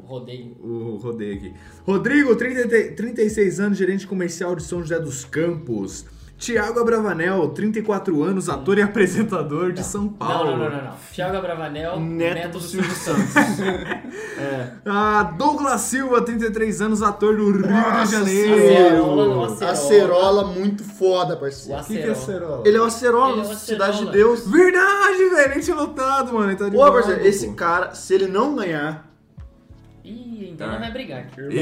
A: Rodeio.
B: O rodeio aqui. Rodrigo, 30, 36 anos, gerente comercial de São José dos Campos. Tiago Abravanel, 34 anos, ator e apresentador de São Paulo.
A: Hum. Não, não, não, não, não. Thiago Abravanel,
C: Neto
A: neto,
C: do
A: do
C: Silvio
A: Silvio Santos.
B: Ah, Douglas Silva, 33 anos, ator do Rio de Janeiro.
A: Acerola, não, Acerola.
C: Acerola muito foda,
A: O
C: parceiro.
B: O que, que é
A: Acerola.
B: Acerola?
C: Ele é o Acerola,
A: Ele é o
C: da Cidade de
A: Acerola.
C: Deus.
B: Verdade, velho, nem tinha notado, mano. Ele tá de
C: Pô,
B: novo,
C: parceiro, esse
B: pô.
C: cara, se ele não ganhar,
A: Ih, então
B: Tá.
A: não vai brigar aqui.
C: é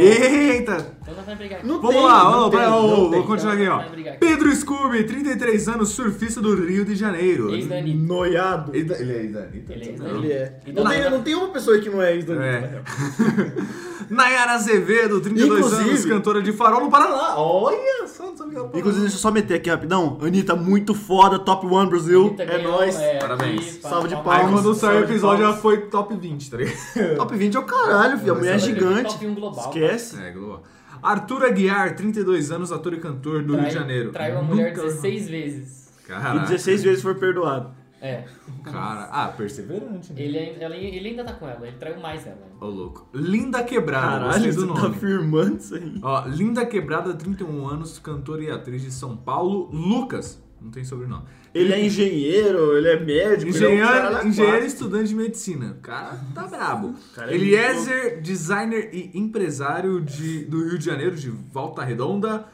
B: Eita,
A: Então não vai brigar aqui.
C: não
B: Vamos
C: tem,
B: lá,
C: não
B: ó,
C: tem,
B: pera-
C: não
B: ó,
C: tem.
B: vou continuar aqui,
A: Vai brigar
B: ó.
A: aqui.
B: Pedro Scooby, 33 anos, surfista do Rio de Janeiro.
A: Ex da Anitta.
C: Noiado.
B: Ele é ex-danita?
A: é Ele é ex da
C: Ele é.
A: E
C: Não
A: do
C: tem,
A: nada-
C: não tem uma pessoa que não é ex da
B: É.
C: Anitta.
B: Nayara Azevedo, 32 anos,
C: Inclusive-
B: cantora de farol no Paraná. Olha só, não sabia que
C: Inclusive, deixa eu só meter aqui rapidão. Anitta, muito foda, top 1 Brasil.
A: Anitta
C: é
A: ganhou,
C: nóis.
A: é,
B: Parabéns.
A: aqui, pá,
C: Salve de
A: pá,
B: Aí quando
C: palmas.
B: saiu o
C: Salve de
B: episódio
C: palmas.
B: já foi top 20, tá ligado?
C: Top 20 é o caralho, filho. A
B: Mas
C: mulher é
B: ela é
C: gigante.
A: top 1 global.
C: Esquece.
B: É, Globo. Arthur Aguiar, 32 anos, ator e cantor do Rio de Janeiro.
A: Traiu a mulher
B: Nunca-
A: 16 vezes.
C: E
B: Caraca,
C: 16 vezes foi perdoado.
A: É.
B: cara. Ah, perseverante, né?
A: Ele, ainda- ela- ele ainda tá com ela, ele traiu mais ela.
B: Ô, louco. Linda Quebrada,
C: Caralho,
B: gostei
C: você
B: do
C: tá
B: nome.
C: afirmando isso aí.
B: Ó, Linda Quebrada, 31 anos, cantora e atriz de São Paulo, Lucas. Não tem sobrenome.
C: Ele é engenheiro, ele é médico. ele é um
B: Engenheiro,
C: caralho a
B: engenheiro e estudante de medicina. O cara tá brabo.
C: Cara, é
B: Eliezer, designer e empresário de, do Rio de Janeiro, de Volta Redonda.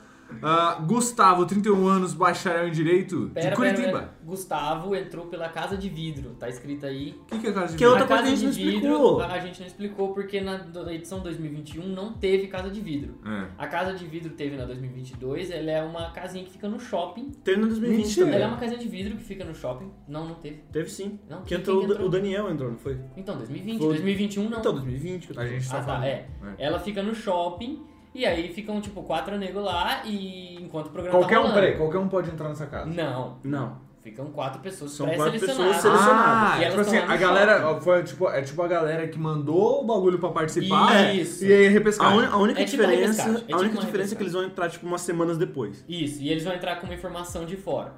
B: Ah, Gustavo, 31 anos, bacharel em Direito, de
A: Pera, pera,
B: Curitiba.
A: pera. Gustavo entrou pela casa de vidro, tá escrito aí.
B: O que, que é casa de
C: Que outra
A: a
C: coisa
A: casa
C: a gente
A: de
C: não
A: vidro,
C: explicou.
A: A gente não explicou porque na do- edição 2021 não teve casa de vidro.
B: É.
A: A casa de vidro teve na 2022, ela é uma casinha que fica no shopping.
C: Teve no 2020
B: Mentira.
A: Ela é
C: também.
A: uma casinha de vidro que fica no shopping. Não, não teve.
C: Teve sim.
A: Não,
C: que
A: quem-
C: entrou,
A: quem
C: o Da-
A: entrou?
C: O Daniel entrou, não foi?
A: Então, 2020,
C: Foi.
A: 2021 não.
C: Então, 2020 que eu tô
B: A gente tá
A: Ah,
B: falando.
A: tá, é.
B: É.
A: Ela fica no shopping e aí ficam, tipo, quatro negros lá e enquanto o programa
B: Qualquer
A: tá
B: um,
A: rolando.
B: peraí, qualquer um pode entrar nessa casa.
A: Não,
C: Não.
A: ficam quatro pessoas
C: São quatro
A: pré-selecionadas.
C: pessoas selecionadas.
B: Ah,
A: E elas
B: tipo assim,
A: estão lá no
B: a galera. ó, Foi, tipo, é tipo a galera que mandou o bagulho pra participar
A: Isso.
B: e aí repescar.
C: A, un- a única
A: É tipo uma
C: diferença,
A: repescagem, é
C: a
A: tipo
C: única
A: uma
C: diferença é
A: repescagem.
C: que eles vão entrar tipo umas semanas depois.
A: Isso, e eles vão entrar com uma informação de fora.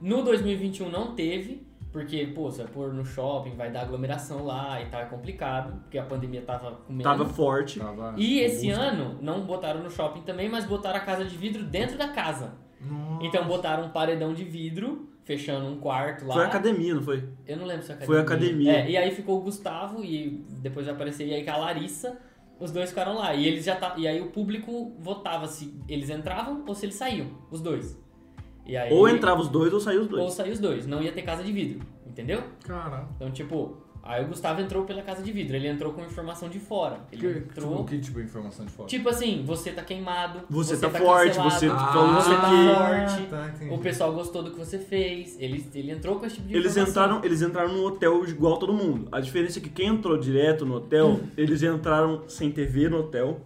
A: No 2021 não teve, porque, pô, você vai pôr no shopping, vai dar aglomeração lá e tal, é complicado, porque a pandemia tava comendo.
C: Tava forte.
B: Tava né?
A: E esse
B: robusto.
A: ano não botaram no shopping também, mas botaram a casa de vidro dentro da casa. Então botaram um paredão de vidro, fechando um quarto lá.
C: Foi academia, não foi?
A: Eu não lembro se é academia.
C: Foi academia.
A: É, e aí ficou o Gustavo e depois apareceu e aí com a Larissa. Os dois ficaram lá. E eles já tá, e aí o público votava se eles entravam ou se eles saíam, os dois. E aí
C: É, Ou entrava os dois ou saía os
A: ou
C: dois.
A: saíam os dois, não ia ter casa de vidro, entendeu?
B: Cara.
A: Então, tipo, Aí o Gustavo entrou pela casa de vidro, ele entrou com informação de fora. Ele
B: Que,
A: entrou.
B: tipo, que tipo de informação de fora?
A: Tipo assim, você tá queimado,
C: Você
A: você
C: tá forte,
A: cancelado,
C: você
B: Ah,
C: falou
A: você
C: isso
A: tá
C: aqui.
A: forte,
B: tá, entendi.
A: o pessoal gostou do que você fez. Ele, ele entrou com esse tipo de
C: Eles
A: informação.
C: entraram, eles entraram no hotel igual todo mundo. A diferença é que quem entrou direto no hotel, eles entraram sem TV no hotel,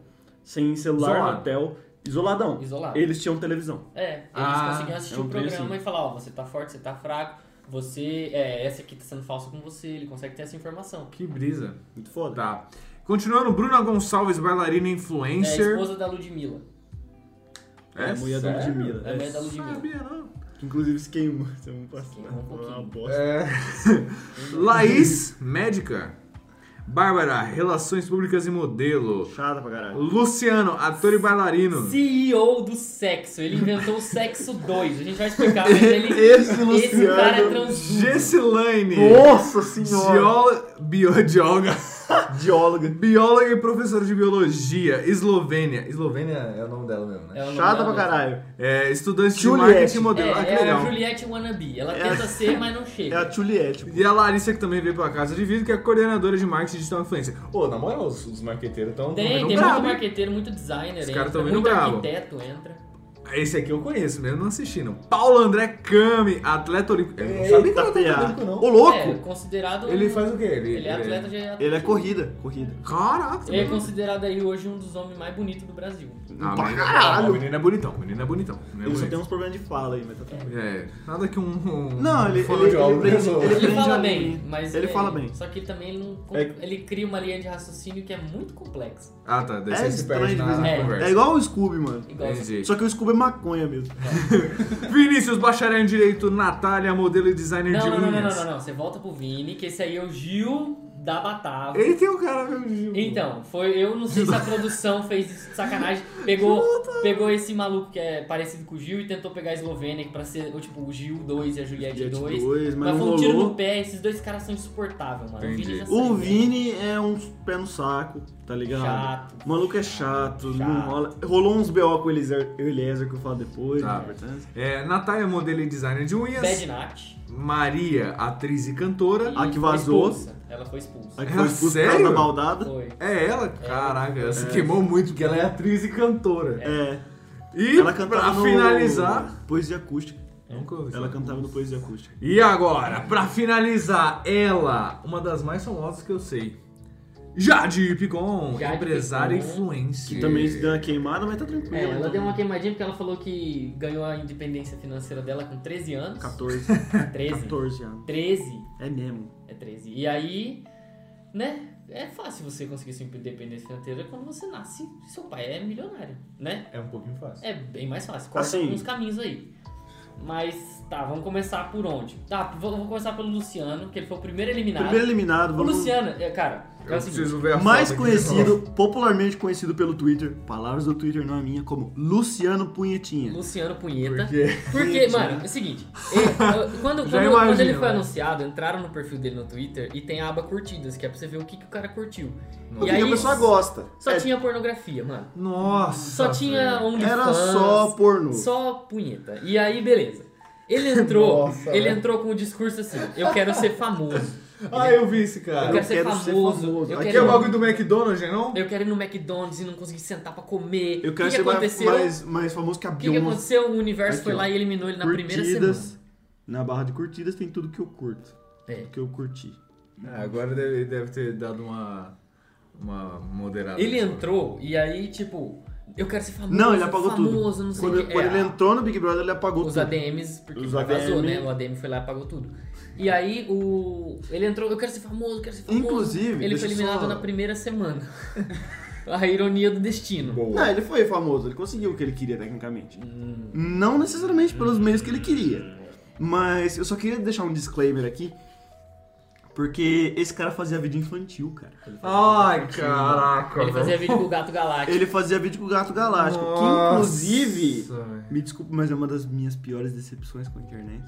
C: sem celular
B: Isolado.
C: no hotel, isoladão.
A: Isolado.
C: Eles tinham televisão.
A: É, eles
B: Ah,
A: conseguiam assistir
C: é um
A: o
C: trem
A: programa
C: assim.
A: e falar, ó, você tá forte, você tá fraco, você. É, essa aqui tá sendo falsa com você, ele consegue ter essa informação.
B: Que brisa.
C: Muito foda.
B: Tá. Continuando, Bruna Gonçalves, bailarina e
A: É a
B: influencer.
A: esposa da Ludmilla.
C: É, a mulher da
B: sério?
C: Ludmilla.
A: É a mulher da Ludmilla.
B: Sabia, não.
C: Que inclusive se queimou semana passada.
A: Queimou um
C: Foi uma
A: pouquinho.
C: bosta.
B: É. Laís, médica. Bárbara, relações públicas e modelo.
C: Chata pra caralho.
B: Luciano, ator e bailarino.
A: CEO do sexo, ele inventou o sexo 2. A gente vai explicar, mas ele.
C: Esse
A: esse
C: Luciano-
A: cara é transudo.
B: Gessilane.
C: Nossa senhora!
B: Geóloga. Bio... Geóloga.
C: Geóloga.
B: Bióloga e professora de biologia, Eslovênia. Eslovênia é o nome dela mesmo, né?
A: É o nome
C: Chata
A: dela
C: pra
A: mesmo.
C: caralho.
B: É, estudante
C: Juliette.
B: de marketing e modelo. ah, que
A: É, é a
B: legal.
A: Juliette Wannabe. Ela
C: É a-
A: tenta ser, mas não
C: É
A: chega.
C: a Juliette. pô.
B: E a Larissa, que também veio pela casa de vidro, que é coordenadora de marketing digital influencer. Pô, na moral, os, os marqueteiros estão
A: Tem, tem muito marqueteiro, muito designer,
B: Os
A: entra,
B: caras tão vindo
A: muito
B: bravo.
A: arquiteto entra.
B: Esse aqui eu conheço, mesmo não assistindo. Paulo André Kami, atleta olímpico. Eu não sabia que
C: Eita,
B: era atleta
C: piá.
B: olímpico,
C: Ô
B: não.
A: É,
C: louco!
A: considerado. um-
B: Ele faz o quê? Ele,
A: Ele é atleta de atleta.
C: Ele é corrida, corrida.
B: Caraca,
A: Ele é
B: mano.
A: considerado aí hoje um dos homens mais bonitos do Brasil.
B: Ah,
C: Pra
B: menino-
C: caralho.
B: ah, O menino é bonitão, o menino é bonitão. o menino é
C: Ele só tem
B: bonito.
C: uns problemas de fala aí, mas tá tranquilo.
B: É, nada que um. um
C: Não, ele-
B: um
C: ele-
B: fonoaudiólogo
C: ele- ele-
B: resolva.
C: ele-
A: Ele
C: Depende
A: fala
C: ali.
A: bem, mas.
C: Ele
A: é,
C: fala bem.
A: Só que também ele não.
C: É-
A: Ele cria uma linha de raciocínio que é muito complexa.
B: Ah, tá, daí
C: É
B: você se
C: estranho
B: perde
C: de
B: na
C: vez em
A: É.
B: conversa.
C: É igual o Scooby, mano.
A: Igual
B: Entendi.
C: Só que o Scooby é maconha mesmo.
B: Vinícius, bacharel em Direito, Natália, modelo e designer de
A: Não, não, não, não,
B: unhas.
A: não, não, não. Você volta pro Vini, que esse aí é o Gil da Batava.
B: Ele tem o cara meu Gil.
A: Então, foi. Eu não sei se a produção fez isso de sacanagem. Pegou, pegou esse maluco que é parecido com o Gil e tentou pegar a Eslovênia pra ser, ou, tipo, o Gil 2 e a
B: É
A: Juliette
C: Juliette
A: 2.
C: é dois, mas
A: mas foi
C: não
A: um tiro
C: rolou.
A: no pé, esses dois caras são insuportáveis, mano.
B: Entendi.
A: já
C: O
A: saiu, né?
C: Vini é um pé no saco, tá ligado?
A: Chato.
C: O maluco é chato, não
A: Chato.
C: rola. Rolou uns BO com o Eliezer, o Eliezer que eu falo depois, né?
B: Tá.
C: na importância.
B: É, Natália, modelo e designer de unhas.
A: Bad Nat.
B: Maria, atriz e cantora.
C: é A
A: e
C: que
A: foi
C: vazou.
A: expulsa. Ela foi expulsa.
C: Aí que
B: É
C: foi expulso por
B: sério?
C: causa da baldada.
A: Foi.
B: É ela? Caraca, ela se queimou muito porque ela é atriz e cantora.
C: É.
B: E
C: Ela cantava
B: pra
C: no
B: finalizar.
C: Poesia acústica.
B: Nunca ouvi
C: Ela
B: falar.
C: cantava no Poesia acústica.
B: E agora, pra finalizar, ela, uma das mais famosas que eu sei. Jade Picon,
A: Jade
B: empresária e
A: Picon. né?
B: influencer.
C: Que também se deu uma queimada, mas tá tranquilo.
A: É, ela
C: então.
A: deu uma queimadinha porque ela falou que ganhou a independência financeira dela com 13 anos.
C: 14,
A: 13.
C: 14 anos.
A: 13.
C: É mesmo.
A: É 13. E aí, né? É fácil você conseguir sua independência financeira quando você nasce e seu pai é milionário, né?
B: É um pouquinho fácil.
A: É bem mais fácil. Corta
C: Assim.
A: alguns caminhos aí. Mas tá, vamos começar por onde? Tá, vou, vou começar pelo Luciano, que ele foi o primeiro eliminado.
C: Primeiro eliminado,
A: O
C: vamos.
A: Tá. Luciano, é, cara, é
B: Eu
A: o seguinte.
B: preciso ver a
C: Mais
B: foto aqui de novo.
C: conhecido, popularmente conhecido pelo Twitter, palavras do Twitter não é minha, como Luciano Punhetinha.
A: Luciano Punheta.
B: Porque-
A: Porque,
C: né?
A: mano, é o seguinte, ele- eu- quando, quando-
B: Já
A: quando
B: imagino,
A: ele foi
B: né?
A: anunciado, entraram no perfil dele no Twitter e tem a aba curtidas, que é pra você ver o que, que o cara curtiu.
C: O
A: E
C: que
A: aí
C: a pessoa gosta.
A: só
C: É,
A: tinha pornografia, mano.
B: Nossa.
A: Só tinha um-
B: velho.
A: OnlyFans.
C: Era só porno.
A: Só punheta. E aí, beleza. Ele entrou,
B: Nossa,
A: ele
B: velho.
A: entrou com o discurso assim: eu quero ser famoso.
B: Ah, eu vi esse
A: Eu
B: cara.
A: quero, ser,
C: quero
A: famoso,
C: ser famoso.
A: Eu
C: Aqui
B: Que é
A: quero,
B: o bagulho do McDonald's, né, não?
A: eu quero ir no McDonald's e não conseguir sentar pra comer.
C: Eu quero
A: o que,
C: ser
A: que
C: mais,
A: aconteceu?
C: mais, mais famoso que a
A: o que, que
C: Beyoncé.
A: aconteceu? O universo
C: Aqui,
A: foi
C: ó.
A: lá e eliminou ele na primeira
C: curtidas.
A: semana.
C: Na barra de curtidas tem tudo que eu curto.
A: É.
C: Que eu curti.
F: É,
B: Ah, agora deve, deve ter dado uma. Uma moderada.
A: Ele
B: Tá só.
A: entrou e aí, tipo, eu quero ser famoso.
C: Não, ele apagou
A: famoso,
C: tudo.
A: Não sei
C: quando
A: o que.
C: quando
A: É,
C: ele entrou no Big Brother, ele apagou
A: Os
C: tudo.
A: ADMs, porque
C: Os
A: vazou,
C: ADM.
A: né? O ADM foi lá e apagou tudo. E aí o. Ele entrou, eu quero ser famoso, quero ser famoso.
C: Inclusive,
A: Ele
C: deixa
A: foi
C: eu
A: eliminado
C: só-
A: na primeira semana. A ironia do destino.
B: Boa.
C: Não, ele foi famoso, ele conseguiu o que ele queria tecnicamente.
A: Hum,
C: Não necessariamente pelos meios que ele queria. Mas eu só queria deixar um disclaimer aqui. Porque esse cara fazia vídeo infantil, cara.
B: Ai, caraca.
A: ele fazia vídeo com o Gato Galáctico.
C: Ele fazia vídeo com o Gato Galáctico, que
B: Nossa,
C: inclusive.
B: velho.
C: Me desculpe, mas é uma das minhas piores decepções com a internet.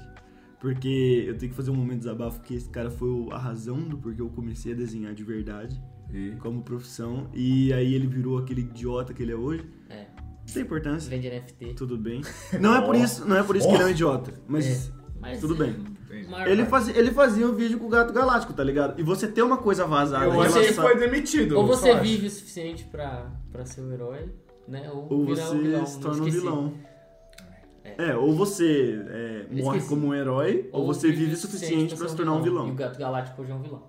C: Porque eu tenho que fazer um momento de desabafo que esse cara foi o- a razão do porquê eu comecei a desenhar de verdade,
B: E-
C: como profissão. E aí ele virou aquele idiota que ele é hoje.
A: É.
C: Sem importância.
A: Vende NFT.
C: Tudo bem. Não é por isso, não é por isso que ele é um idiota, mas
A: Mas
C: tudo bem.
B: Entendi.
A: maior
C: Ele
A: parte.
C: fazia, ele fazia um vídeo com o Gato Galáctico, tá ligado? E você ter uma coisa vazada
A: Eu
C: em
A: acho que
C: relação-
F: tá foi demitido.
A: Ou você
F: só acho.
A: vive o suficiente pra, pra ser o herói, né? Ou,
C: Ou
A: virar
C: você
A: um vilão.
C: se
A: eu
C: torna um
A: esqueci.
C: vilão. É. ou você é,
A: Eu
C: morre
A: esqueci.
C: como um herói, ou, você vive o suficiente pra
A: ser
C: se tornar um
A: E o
C: vilão.
A: Gato Galáctico hoje é um vilão.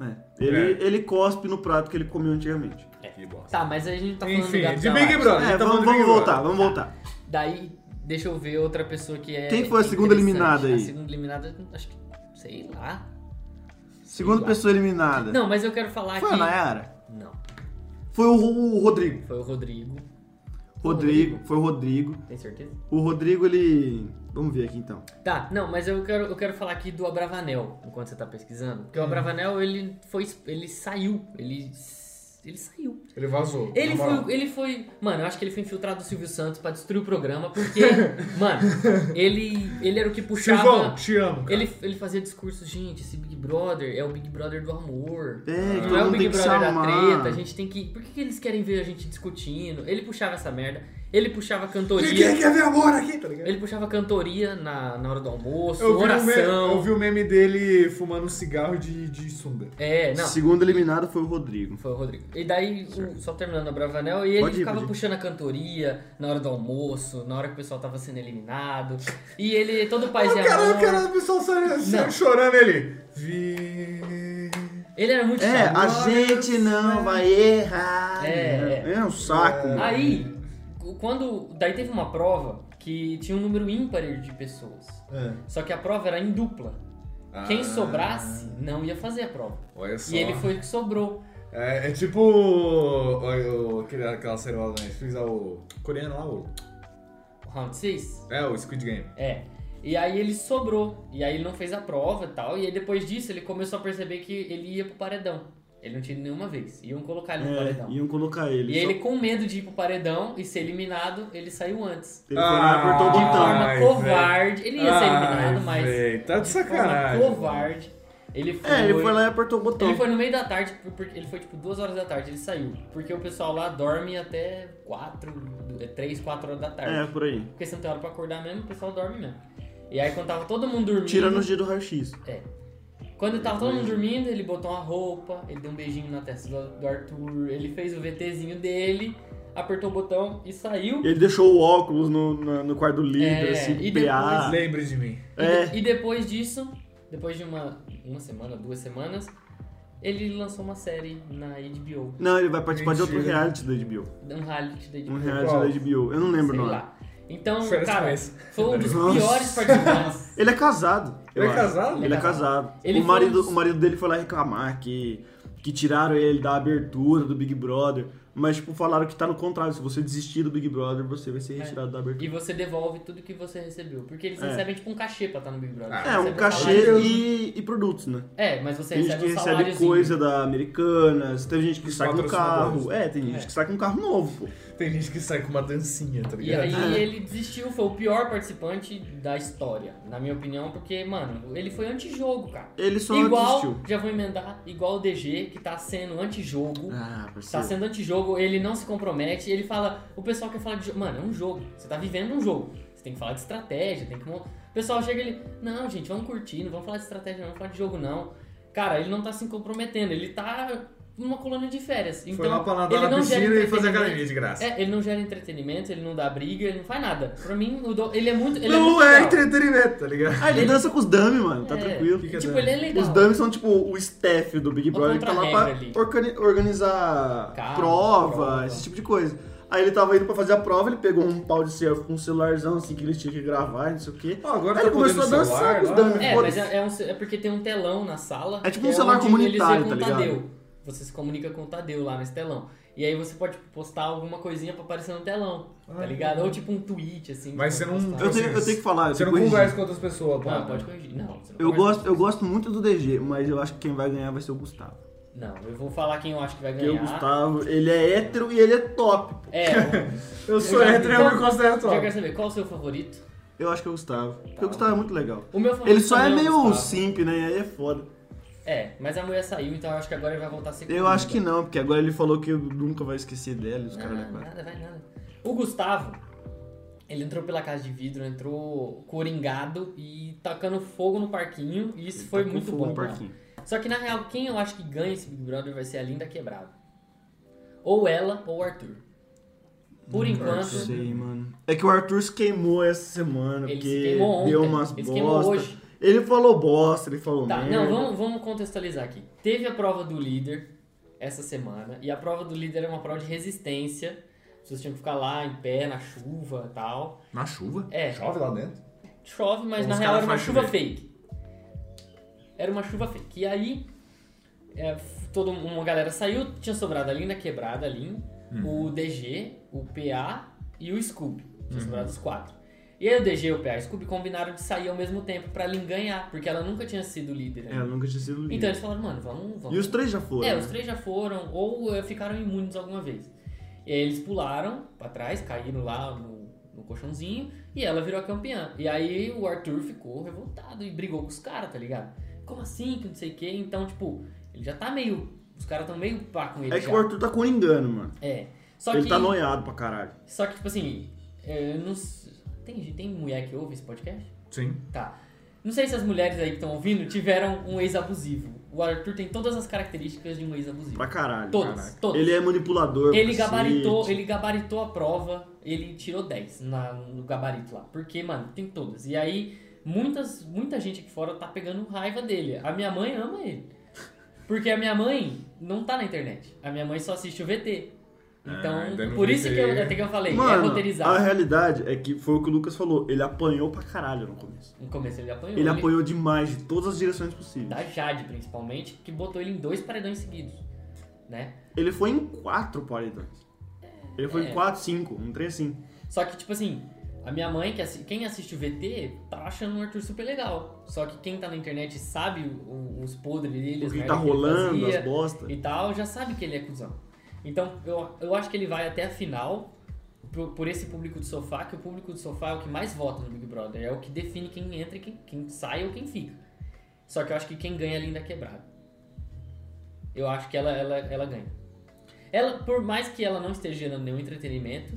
C: É. Ele, ele cospe no prato que ele comeu antigamente.
F: Que bosta.
A: Tá, mas aí a gente tá falando do
F: Enfim,
A: Gato
F: de
A: Galáctico.
F: Big Brother.
C: é,
F: então
C: vamos,
F: do Big
C: vamos
F: Brother.
C: voltar, vamos voltar.
A: Daí, deixa eu ver outra pessoa que é.
C: Quem foi a segunda
A: interessante.
C: eliminada aí?
A: A segunda eliminada, acho que. Sei lá.
C: Segunda
A: lá.
C: pessoa eliminada.
A: Não, mas eu quero falar
C: foi
A: que.
C: a Nayara.
A: Não,
C: Foi o, o Rodrigo.
A: foi o Rodrigo.
C: Rodrigo,
A: Rodrigo.
C: foi o Rodrigo.
A: Tem certeza?
C: O Rodrigo, ele. Vamos ver aqui então.
A: Tá, não, mas eu quero, eu quero falar aqui do Abravanel, enquanto você tá pesquisando.
F: Hum.
A: Porque o Abravanel, ele foi. Ele saiu. Ele. Ele saiu.
F: Ele vazou.
A: Ele
F: na moral.
A: foi, ele foi. Mano, eu acho que ele foi infiltrado do Silvio Santos pra destruir o programa, porque. mano, ele. Ele era o que puxava.
F: Silvão, te amo. cara.
A: um ele, ele fazia discursos, gente, esse Big Brother é o Big Brother do amor.
C: É, que
A: Não é
C: todo
A: o
C: mundo
A: Big
C: tem que se
A: Brother da
C: amar.
A: treta, a gente tem que. Por que, que eles querem ver a gente discutindo? Ele puxava essa merda, ele puxava
F: Ninguém
C: é
A: cantoria.
F: quer ver amor aqui, tá ligado?
A: Ele puxava cantoria na, na hora do almoço,
C: um
F: Eu vi, o meme,
A: um oração.
F: eu vi o meme dele fumando cigarro de, de sunga.
A: É, não.
C: Segundo eliminado foi o Rodrigo.
A: Foi o Rodrigo. E daí, o- só terminando a Bravanel, e ele
C: Pode ir,
A: ficava
C: pode ir.
A: puxando a cantoria na hora do almoço, na hora que o pessoal tava sendo eliminado. E ele, todo paz e
F: Eu quero,
A: amor.
F: eu quero o pessoal sa- sa-
A: Não.
F: chorando ele. Vi.
A: Ele era muito
C: É,
A: chato.
C: a gente não vai errar.
A: É,
C: é um saco. mano.
A: Aí, cu- quando. Daí teve uma prova que tinha um número ímpar de pessoas.
F: É.
A: Só que a prova era em dupla. Quem
B: Ah,
A: sobrasse não ia fazer a prova.
B: Olha só.
A: E ele foi o que sobrou.
B: É, é tipo o, o, aquele- aquela série lá da Netflix, lá, o coreano lá, o...
A: O Round 6?
B: É, o Squid Game.
A: É. E aí ele sobrou. E aí ele não fez a prova e tal. E aí depois disso ele começou a perceber que ele ia pro paredão. Ele não tinha ido nenhuma vez. Iam colocar ele no
C: É,
A: paredão.
C: iam colocar ele.
A: então. E aí
C: só-
A: ele com medo de ir pro paredão e ser eliminado, ele saiu antes.
C: Ele foi lá e apertou o
B: Ah,
A: De
C: botão.
A: forma
B: Ai,
A: covarde. Ele ia ser eliminado,
B: Ai,
A: mas.
B: véi, tá de
A: de forma
B: sacanagem.
A: covarde. Ele foi.
C: É, ele foi lá e apertou o botão.
A: Ele foi no meio da tarde, por- por- ele foi tipo duas horas da tarde, ele saiu. Porque o pessoal lá dorme até quatro, é, três, quatro horas da tarde.
C: É, por aí.
A: Porque você não tem hora pra acordar mesmo, o pessoal dorme mesmo. E aí quando tava todo mundo dormindo.
C: Tirando os dias do raio-x.
A: É. Quando tava todo mundo dormindo, ele botou uma roupa, ele deu um beijinho na testa do, do Arthur, ele fez o VTzinho dele, apertou o botão e saiu.
C: Ele deixou o óculos no, na- no quarto do líder,
A: É,
C: assim,
A: e né?
C: PA.
F: Lembre de mim.
A: E,
C: É.
A: de- e depois disso, depois de uma, uma semana, duas semanas, ele lançou uma série na HBO.
C: Não, ele vai participar de outro
F: Mentira.
C: reality da HBO.
A: Um reality da HBO.
C: Um reality da HBO. Eu não lembro o
A: sei
C: nome.
A: lá. Então,
F: Férias
A: cara,
F: com esse.
A: foi um dos
C: Nossa.
A: piores participantes.
C: Ele é casado.
F: Ele
C: eu
F: é
C: acho.
F: casado?
C: Ele é casado.
A: Ele
C: o,
A: foi
C: marido,
A: um-
C: o marido dele foi lá reclamar que, que tiraram ele da abertura do Big Brother. Mas, tipo, falaram que tá no contrário. Se você desistir do Big Brother, você vai ser retirado da abertura.
A: e você devolve tudo que você recebeu. Porque eles
C: É.
A: recebem tipo um cachê pra estar no Big Brother. Você
C: É, um
A: recebe
C: cachê
A: salário-
C: e, e produtos, né?
A: É, mas você
C: Tem gente
A: recebe
C: que
A: um
C: recebe
A: salário.
C: coisa da Americanas, teve gente que
B: Os
C: sai com um
B: patrocinadores.
C: carro. É, tem gente
A: É.
C: que sai com um carro novo, pô.
B: Tem gente que sai com uma dancinha, tá
A: E
B: ligado?
A: aí
C: É.
A: ele desistiu, foi o pior participante da história, na minha opinião, porque, mano, ele foi antijogo, cara.
C: Ele só
A: igual,
C: desistiu.
A: já vou emendar, igual o DG, que tá sendo antijogo.
C: Ah,
A: Tá
C: parceiro.
A: sendo antijogo, ele não se compromete, ele fala. O pessoal quer falar de jogo. Mano, é um jogo. Você tá vivendo um jogo. Você tem que falar de estratégia, tem que. mo- O pessoal chega e ele. Não, gente, vamos curtir, não vamos falar de estratégia, não, vamos falar de jogo, não. Cara, ele não tá se comprometendo, ele tá numa colônia de férias. Então,
B: Foi lá pra nadar
A: ele
B: na
A: não gera
B: piscina e fazer
A: entretenimento.
B: academia de graça.
A: É, ele não gera entretenimento, ele não dá briga, ele não faz nada. Pra mim, o do- ele é muito. Ele é,
B: Não
A: muito
B: é,
A: legal.
B: entretenimento, tá ligado?
C: Ah, ele dança com os dummy, mano. Tá
A: É,
C: tranquilo.
A: e, tipo, ele é legal.
C: Os dummies são tipo o staff do Big
A: Uma
C: Brother que tá lá pra
A: contra-regra ali.
C: organi- organizar
A: Carro,
C: prova,
A: prova.
C: esse tipo de coisa. Aí ele tava indo pra fazer a prova, ele pegou um pau de selfie com um celularzão assim que ele tinha que gravar, não sei o quê.
B: Ó, agora tá
C: Aí ele começou a
B: podendo
C: dançar
B: celular, né?
C: com os
B: lá.
C: dummies.
A: É, mas
C: foda-se.
A: é, é um ce- é porque tem um telão na sala.
C: É tipo
A: que
C: um celular
A: onde
C: comunitário,
A: eles vê com
C: tá
A: o
C: ligado?
A: Tadeu. Você se comunica com o Tadeu lá nesse telão. E aí você pode postar alguma coisinha pra aparecer no telão, tá ligado? Ou tipo um tweet, assim.
B: Ah, Mas
A: que
B: você
A: pode
B: não-
A: postar.
C: Eu tenho, eu tenho que falar, eu
B: Você não
C: tenho que corrigir.
B: conversa com outras pessoas,
A: Não,
B: pá.
A: tipo Ah, pode corrigir. Não, você não
C: Eu
A: conversa.
C: gosto, eu gosto muito do DG, mas eu acho que quem vai ganhar vai ser o Gustavo.
A: Não, eu vou falar quem eu acho que vai
C: Porque o
A: ganhar.
C: Gustavo, ele é hétero e ele é top. pô.
A: É, eu-
F: Eu sou
A: já-
F: hétero e
B: um
F: eu me considero
A: já
F: top.
A: quero saber qual o seu favorito.
C: Eu acho que é o Gustavo. Porque o Gustavo é muito legal.
A: O meu favorito
C: Ele só é
A: Tá. também o
C: meio
A: Gustavo.
C: simp, né? E Aí é foda.
A: É, mas a mulher saiu, então eu acho que agora ele vai voltar a ser.
C: Eu acho que não, porque agora ele falou que nunca vai esquecer dela e os caras
A: Não,
C: levaram.
A: nada, vai nada. O Gustavo, Ele entrou pela casa de vidro, entrou coringado e tacando fogo no parquinho. E isso
C: Ele
A: foi
C: tá com
A: muito
C: fogo
A: bom.
C: no
A: pra ela.
C: parquinho.
A: Só que na real, quem eu acho que ganha esse Big Brother vai ser a Linda Quebrada. Ou ela ou o Arthur. Por
C: Não
A: enquanto,
C: sei, mano. É que o Arthur se queimou essa semana,
A: ele
C: porque
A: se queimou ontem.
C: deu umas
A: ele se queimou
C: bostas.
A: hoje.
C: Ele falou bosta, ele falou
A: Tá,
C: merda.
A: não, vamos, vamos contextualizar aqui. Teve a prova do líder essa semana, e a prova do líder é uma prova de resistência. As pessoas tinham que ficar lá em pé, na chuva e tal.
B: Na chuva?
A: É,
F: Chove lá dentro.
A: chove, mas
B: Então, Os
A: na real
B: caras
A: era uma
B: fazem
A: chuva
B: chover.
A: fake. Era uma chuva fake. E aí, é, f- toda uma galera saiu, tinha sobrado a Linda Quebrada ali,
B: Uhum.
A: o DG, o PA e o Scooby. Tinha sobrado os quatro. E aí o DG, o PA e o Scooby combinaram de sair ao mesmo tempo pra Lin ganhar, porque ela nunca tinha sido líder.
C: É,
A: ainda.
C: eu nunca tinha sido lido.
A: Então eles falaram, mano, vamos. vamos.
C: E os três já foram.
A: É,
C: né?
A: os três já foram, ou eh, ficaram imunes alguma vez. E aí eles pularam pra trás, caíram lá no, no colchãozinho, e ela virou a campeã. E aí o Arthur ficou revoltado e brigou com os caras, tá ligado? Como assim? Que não sei o quê. Então, tipo, ele já tá meio. Os caras tão meio pá com ele.
C: É que
A: já.
C: o Arthur tá com engano, mano.
A: É. Só
C: ele
A: que.
C: tá noiado pra caralho.
A: Só que, tipo assim, eh, eu não. s- Tem, tem mulher que ouve esse podcast?
B: Sim.
A: Tá. Não sei se as mulheres aí que estão ouvindo tiveram um ex abusivo. O Arthur tem todas as características de um ex abusivo.
C: Pra caralho.
A: Todas,
C: caraca.
A: todas.
C: Ele é manipulador.
A: Ele
C: cacete.
A: gabaritou, ele gabaritou a prova, ele tirou 10 na- no gabarito lá. Porque, mano, tem todas. E aí, muitas, muita gente aqui fora tá pegando raiva dele. A minha mãe ama ele. Porque a minha mãe não tá na internet. A minha mãe só assiste o VT.
B: Ah,
A: Então,
B: ainda não
A: por isso que
B: vi
A: eu,
B: ter-
A: até que eu falei, é
C: Mano, a
A: roteirizado.
C: realidade é que foi o que o Lucas falou. Ele apanhou pra caralho no começo.
A: No começo ele é apanhou.
C: Ele apanhou demais, de todas as direções possíveis.
A: Da Jade, principalmente, que botou ele em dois paredões seguidos. Né?
C: Ele foi em quatro paredões. Ele foi
A: É.
C: em quatro, cinco, um trem assim.
A: Só que, tipo assim, a minha mãe, que assi- quem assiste o VT, tá achando o Arthur super legal. Só que quem tá na internet e sabe o- os podres dele,
C: O
A: as
C: que
A: merda
C: tá
A: que né? ele
C: rolando,
A: fazia
C: as bostas.
A: e tal, já sabe que ele é cuzão. Então, eu, eu acho que ele vai até a final por, por esse público de sofá, que o público de sofá é o que mais vota no Big Brother. É o que define quem entra e quem, quem sai ou quem fica. Só que eu acho que quem ganha é a Linda Quebrada. Eu acho que ela, ela, ela ganha. Ela, por mais que ela não esteja gerando nenhum entretenimento,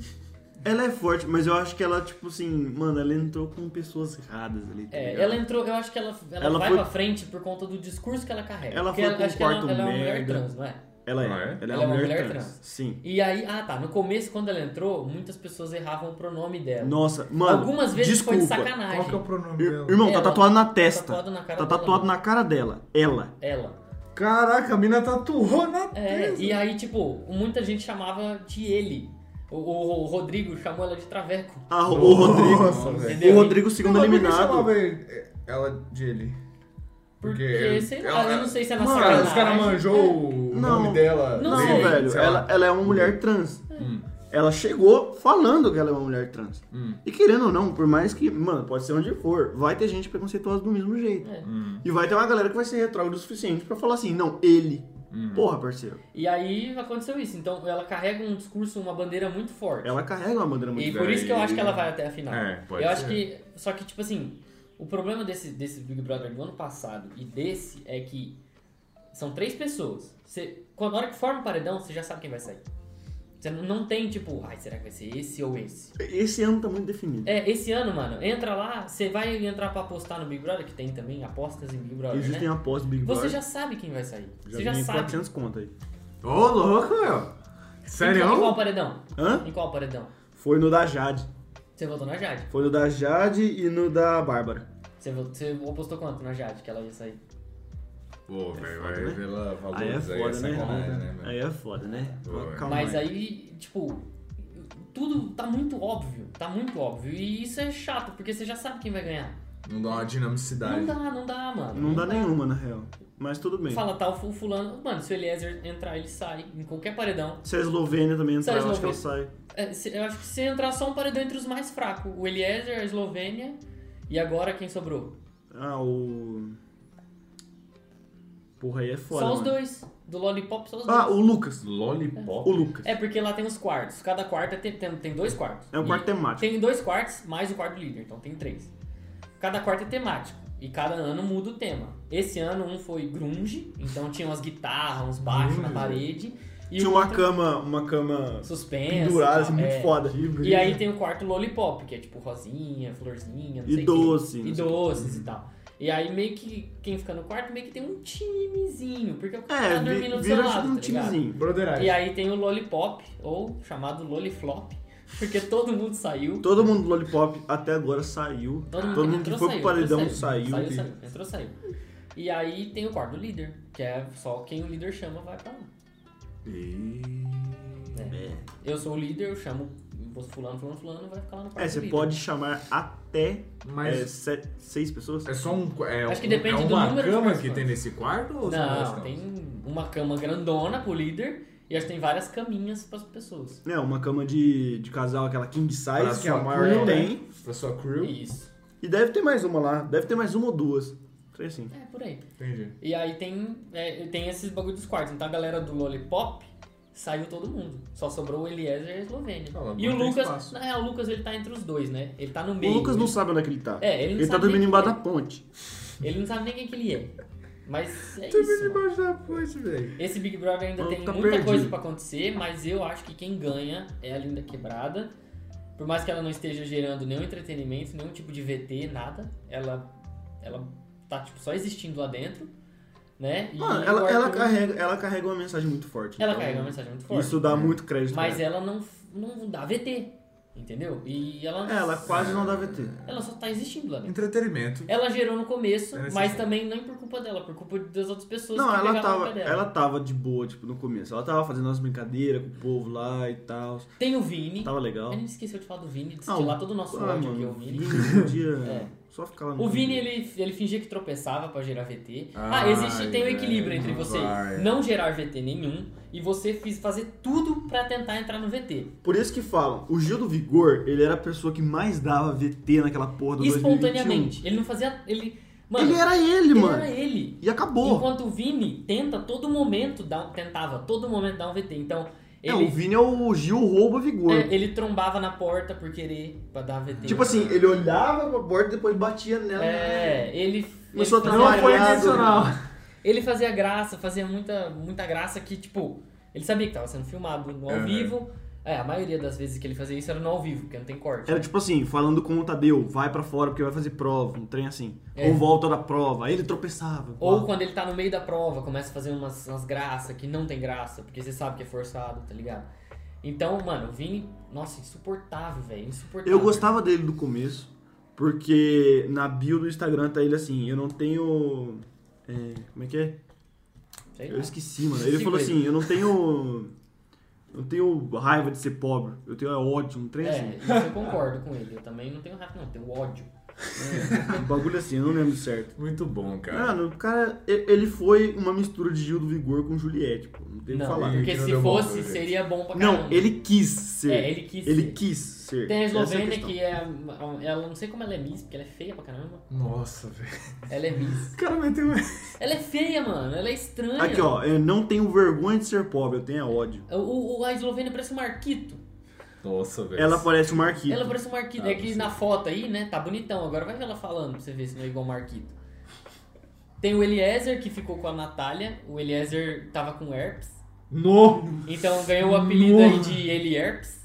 C: Ela é forte, mas eu acho que ela, tipo assim, mano, ela entrou com pessoas erradas ali. tá
A: É,
C: ligado?
A: ela entrou, eu acho que ela, ela,
C: Ela
A: vai
C: foi-
A: pra frente por conta do discurso que ela carrega.
C: Ela
A: Porque
C: foi pra um
A: acho que ela,
C: quarto
A: ela é uma mulher
C: merda.
A: trans, não é?
C: Ela é.
B: Ah, é?
C: Ela, é uma mulher, trans. Sim.
A: E aí, ah tá, no começo, quando ela entrou, muitas pessoas erravam o pronome dela.
C: Nossa, mano.
A: Algumas vezes
C: desculpa.
A: foi de sacanagem.
F: Qual que é o pronome
C: Ir-
F: dela?
C: Irmão,
A: Ela.
C: tá tatuado na testa.
A: Tatuado na cara
C: tá
A: dela.
C: tatuado na cara dela. Ela.
A: Ela.
F: Caraca, a mina tatuou na
A: É,
F: testa.
A: e aí, tipo, muita gente chamava de ele. O, o- o Rodrigo chamou ela de Traveco.
C: Ah, o- o Rodrigo.
F: Nossa, velho.
A: Entendeu?
C: O Rodrigo segundo
F: Mas por que
C: eliminado.
F: chamava
B: é,
F: ele- ela de ele?
A: Porque,
F: Porque
A: sei lá,
F: ela-
A: eu não sei se é na
F: Os
A: sacanagem.
F: caras cara manjou o
C: Não.
F: nome dela.
A: Não,
C: Não,
A: Sim,
F: dele,
C: velho.
F: sei lá. Hum.
C: Ela, ela é uma mulher trans. Ela chegou falando que ela é uma mulher trans.
B: Hum,
C: E querendo ou não, por mais que, mano, pode ser onde for, vai ter gente preconceituosa do mesmo jeito.
A: É.
B: hum,
C: E vai ter uma galera que vai ser retrógrada o suficiente pra falar assim, não, ele.
B: hum.
C: Porra, parceiro.
A: É, E aí aconteceu isso. Então ela carrega um discurso, uma bandeira muito forte.
C: Ela carrega uma bandeira muito
A: E
C: grande.
A: por
B: bem.
A: isso que eu acho que ela vai até a final.
B: É, pode
A: eu
B: ser.
A: acho que. Só que, tipo assim, o problema desse, desse Big Brother do ano passado e desse é que são três pessoas. Você, quando na hora que forma o paredão, você já sabe quem vai sair. Você não- não tem, tipo, ai, será que vai ser esse ou esse?
C: Esse ano tá muito definido.
A: É, esse ano, mano, entra lá, você vai entrar pra apostar no Big Brother, que tem também apostas em Big Brother,
C: Existem
A: né?
C: apostas do Big Brother.
A: Você já sabe quem vai sair. você já
C: tem
A: sabe.
C: 400 conto aí.
B: Ô, louco, meu. Sério?
A: Em qual paredão?
C: Hã?
A: Em qual paredão?
C: Foi no da Jade.
A: Você votou na Jade.
C: Foi no da Jade e no da Bárbara.
A: Você, vo- você apostou quanto na Jade que ela ia sair?
B: Pô, velho, vai
C: né?
B: revelar valores
C: Aí é foda, né?
B: sacanagem,
C: irmão?
B: né,
C: Aí é foda, né?
B: Pô,
C: Calma
A: Mas aí, tipo, tudo tá muito óbvio, tá muito óbvio. E isso é chato, porque você já sabe quem vai ganhar.
B: Não dá uma
A: Não
B: dinamicidade.
A: dá, não dá, mano.
C: Tá, Não dá nenhuma, na real. Mas tudo bem.
A: Fala tal fu- fulano, mano, se o Eliezer entrar, ele sai em qualquer paredão.
C: Se a Eslovênia também
A: Se a
C: entrar, eu acho que ela sai.
A: É, se- Eu acho que se entrar só um paredão entre os mais fracos, o Eliezer, a Eslovênia e agora quem sobrou?
C: Ah, o. Porra, aí é foda.
A: só os
C: mano.
A: dois. Do Lollipop, só os
C: Ah,
A: dois.
C: o Lucas.
B: Lollipop?
C: O Lucas.
A: É porque lá tem os quartos. Cada quarto é te- tem, tem dois quartos.
C: É um quarto temático.
A: Tem dois quartos, mais o quarto líder, então tem três. Cada quarto é temático. E cada ano muda o tema. Esse ano um foi grunge, então tinha umas guitarras, uns baixos na parede. E
C: Tinha
A: o
C: uma
A: outro-
C: cama, uma cama
A: Suspensa.
C: pendurada, assim,
A: tal,
C: muito
A: é.
C: foda.
A: E aí tem o quarto lollipop, que é tipo rosinha, florzinha, não
C: E
A: sei o quê.
C: doce, não
A: E
C: sei o
A: doces e tal. E aí meio que quem fica no quarto meio que tem um timezinho, porque o cara
C: É,
A: tá
C: vi-
A: dormindo do seu
C: vira
A: lado,
C: tipo um
A: tá ligado?
C: timezinho.
A: E
F: Brotherage.
A: aí tem o lollipop, ou chamado lolliflop, porque todo mundo saiu.
C: Todo mundo do Lollipop até agora saiu.
A: Todo mundo,
C: que
A: entrou,
C: foi
A: saiu,
C: pro paredão
A: entrou,
C: saiu.
A: Saiu,
C: que-
A: saiu, entrou, saiu. E aí tem o quarto do líder, que é só quem o líder chama vai pra lá. né? É. Eu sou o líder, eu chamo fulano, fulano, fulano, vai ficar lá no quarto
C: É,
A: do
C: você
A: líder.
C: pode chamar até
B: Mas-
C: é, se- seis pessoas.
B: É só um. É,
A: Acho que
B: um-
A: depende
B: é
A: do
B: uma
A: número de
B: cama que
A: participantes.
B: tem nesse quarto ou são várias
A: Não,
B: camas?
A: tem uma cama grandona pro líder e acho que tem várias caminhas pras pessoas.
C: É, uma cama de, de casal, aquela king
B: Pra
C: size, que é a
B: sua né?
C: maior
B: crew,
C: que tem.
B: Pra sua crew?
A: Isso.
C: E deve ter mais uma lá. Deve ter mais uma ou duas. Creio assim.
A: É, por aí.
B: Entendi.
A: E aí tem, é, tem esses bagulho dos quartos. Então a galera do Lollipop saiu todo mundo. Só sobrou o Eliezer e a Eslovênia.
B: Ah, lá,
A: e o
B: não tem
A: Lucas,
B: espaço.
A: na real, o Lucas ele tá entre os dois, né? Ele tá no
C: O
A: meio.
C: Lucas não
A: ele,
C: sabe onde é que ele tá.
A: É, ele não
C: ele tá
A: sabe
C: dormindo
A: nem
C: embaixo
A: quem
C: da ponte.
A: ele não sabe nem quem que ele é. Mas é isso. mano.
B: Mas da ponte, velho.
A: Esse Big Brother ainda
C: Não,
A: tem
C: tá
A: muita
C: perdido.
A: coisa pra acontecer, mas eu acho que quem ganha é a Linda Quebrada. Por mais que ela não esteja gerando nenhum entretenimento, nenhum tipo de VT, nada, ela, ela tá tipo, só existindo lá dentro, né? E
C: Mano,
A: o
C: ela, ela
A: Arthur-
C: carrega, ela carrega uma mensagem muito forte.
A: ela
C: então
A: carrega uma mensagem muito forte.
C: Isso é dá muito crédito. pra
A: Mas ela não, não dá VT, entendeu? E ela,
C: É, ela. ela quase não dá VT.
A: ela só tá existindo lá dentro.
B: Entretenimento.
A: Ela gerou no começo,
B: É necessário.
A: mas também nem por culpa dela, por culpa das outras pessoas
C: Não,
A: que
C: ela
A: pegavam
C: tava,
A: no pé dela.
C: ela tava de boa, tipo, no começo. Ela tava fazendo umas brincadeiras com o povo lá e tal.
A: Tem o Vini.
C: Tava legal.
A: A gente esqueceu de falar do Vini, de
C: Ah,
A: destilar todo o nosso
C: Ah,
A: ódio
C: mano,
A: aqui, o
C: Vini
A: Vini.
C: podia
A: É.
C: só ficar lá no
A: O Vini,
C: meio.
A: ele, ele fingia que tropeçava pra gerar VT. Ah, existe, tem um
B: Ai,
A: equilíbrio
B: velho,
A: entre você
B: vai.
A: não gerar VT nenhum e você fiz- fazer tudo pra tentar entrar no VT.
C: Por isso que falam, o Gil do Vigor, ele era a pessoa que mais dava VT naquela porra do 2021.
A: Espontaneamente. Ele não fazia. Ele. Mano,
C: ele era ele,
A: ele
C: mano.
A: era ele.
C: E acabou.
A: Enquanto o Vini tenta todo momento dar um- tentava todo momento dar um VT. Então,
C: É,
A: ele,
C: o Vini é o Gil rouba Vigor.
A: é, ele trombava na porta por querer pra dar VT.
C: Tipo assim, ele olhava pra porta e depois batia nela.
A: É, ele. ele
C: Começou a
A: fazia
C: trabalhar.
A: graça.
C: intencional.
A: Ele fazia graça, fazia muita, muita graça que, tipo, ele sabia que tava sendo filmado no ao
B: Aham.
A: vivo. É, a maioria das vezes que ele fazia isso era no ao vivo, porque não tem corte.
C: Era tipo assim, falando com o Tadeu, vai pra fora porque vai fazer prova, um trem assim.
A: É.
C: Ou volta da prova, aí ele tropeçava.
A: Ou
C: pá.
A: quando ele tá no meio da prova, começa a fazer umas, umas graças que não tem graça, porque você sabe que é forçado, tá ligado? Então, mano, o Vini, nossa, insuportável, velho, insuportável.
C: Eu gostava dele do começo, porque na bio do Instagram tá ele assim, eu não tenho. é, como é que é?
A: Sei lá.
C: Eu esqueci, mano. Ele
A: Sim,
C: falou
A: mas-
C: assim, eu não tenho. Eu não tenho raiva de ser pobre, eu tenho é, ódio, um trem
A: É,
C: assim.
A: isso eu concordo com ele. Eu também não tenho raiva, não, tenho ódio.
C: Um bagulho assim, eu não lembro certo.
B: Muito bom, cara.
C: Mano, o cara, e- ele foi uma mistura de Gil do Vigor com Juliette, pô. Não tem o que
A: não,
C: falar.
B: ele-
A: porque
B: que não
A: se
B: deu bom pra
A: fosse,
B: gente.
A: seria bom pra caramba.
C: Não, ele quis ser.
A: É, ele quis
C: Ele
A: ser.
C: quis ser.
A: Tem a
C: Essa é
A: Eslovênia
C: questão.
A: que é. Ela não sei como ela é Miss, porque ela é feia pra caramba.
B: Nossa, velho.
A: Ela é Miss.
B: O cara meteu.
A: Ela é feia, mano. Ela é estranha.
C: Aqui, ó, eu não tenho vergonha de ser pobre, eu tenho é ódio.
A: O, o- a Eslovênia parece um Marquito.
B: Nossa, velho.
C: Ela parece o Marquito.
A: Ela parece um Marquito.
B: Ah,
A: é que na foto aí, né? Tá bonitão. Agora vai ver ela falando pra você ver se não é igual o Marquito. Tem o Eliezer que ficou com a Natália. O Eliezer tava com herpes.
B: No!
A: Então ganhou o apelido aí de Eli Herpes.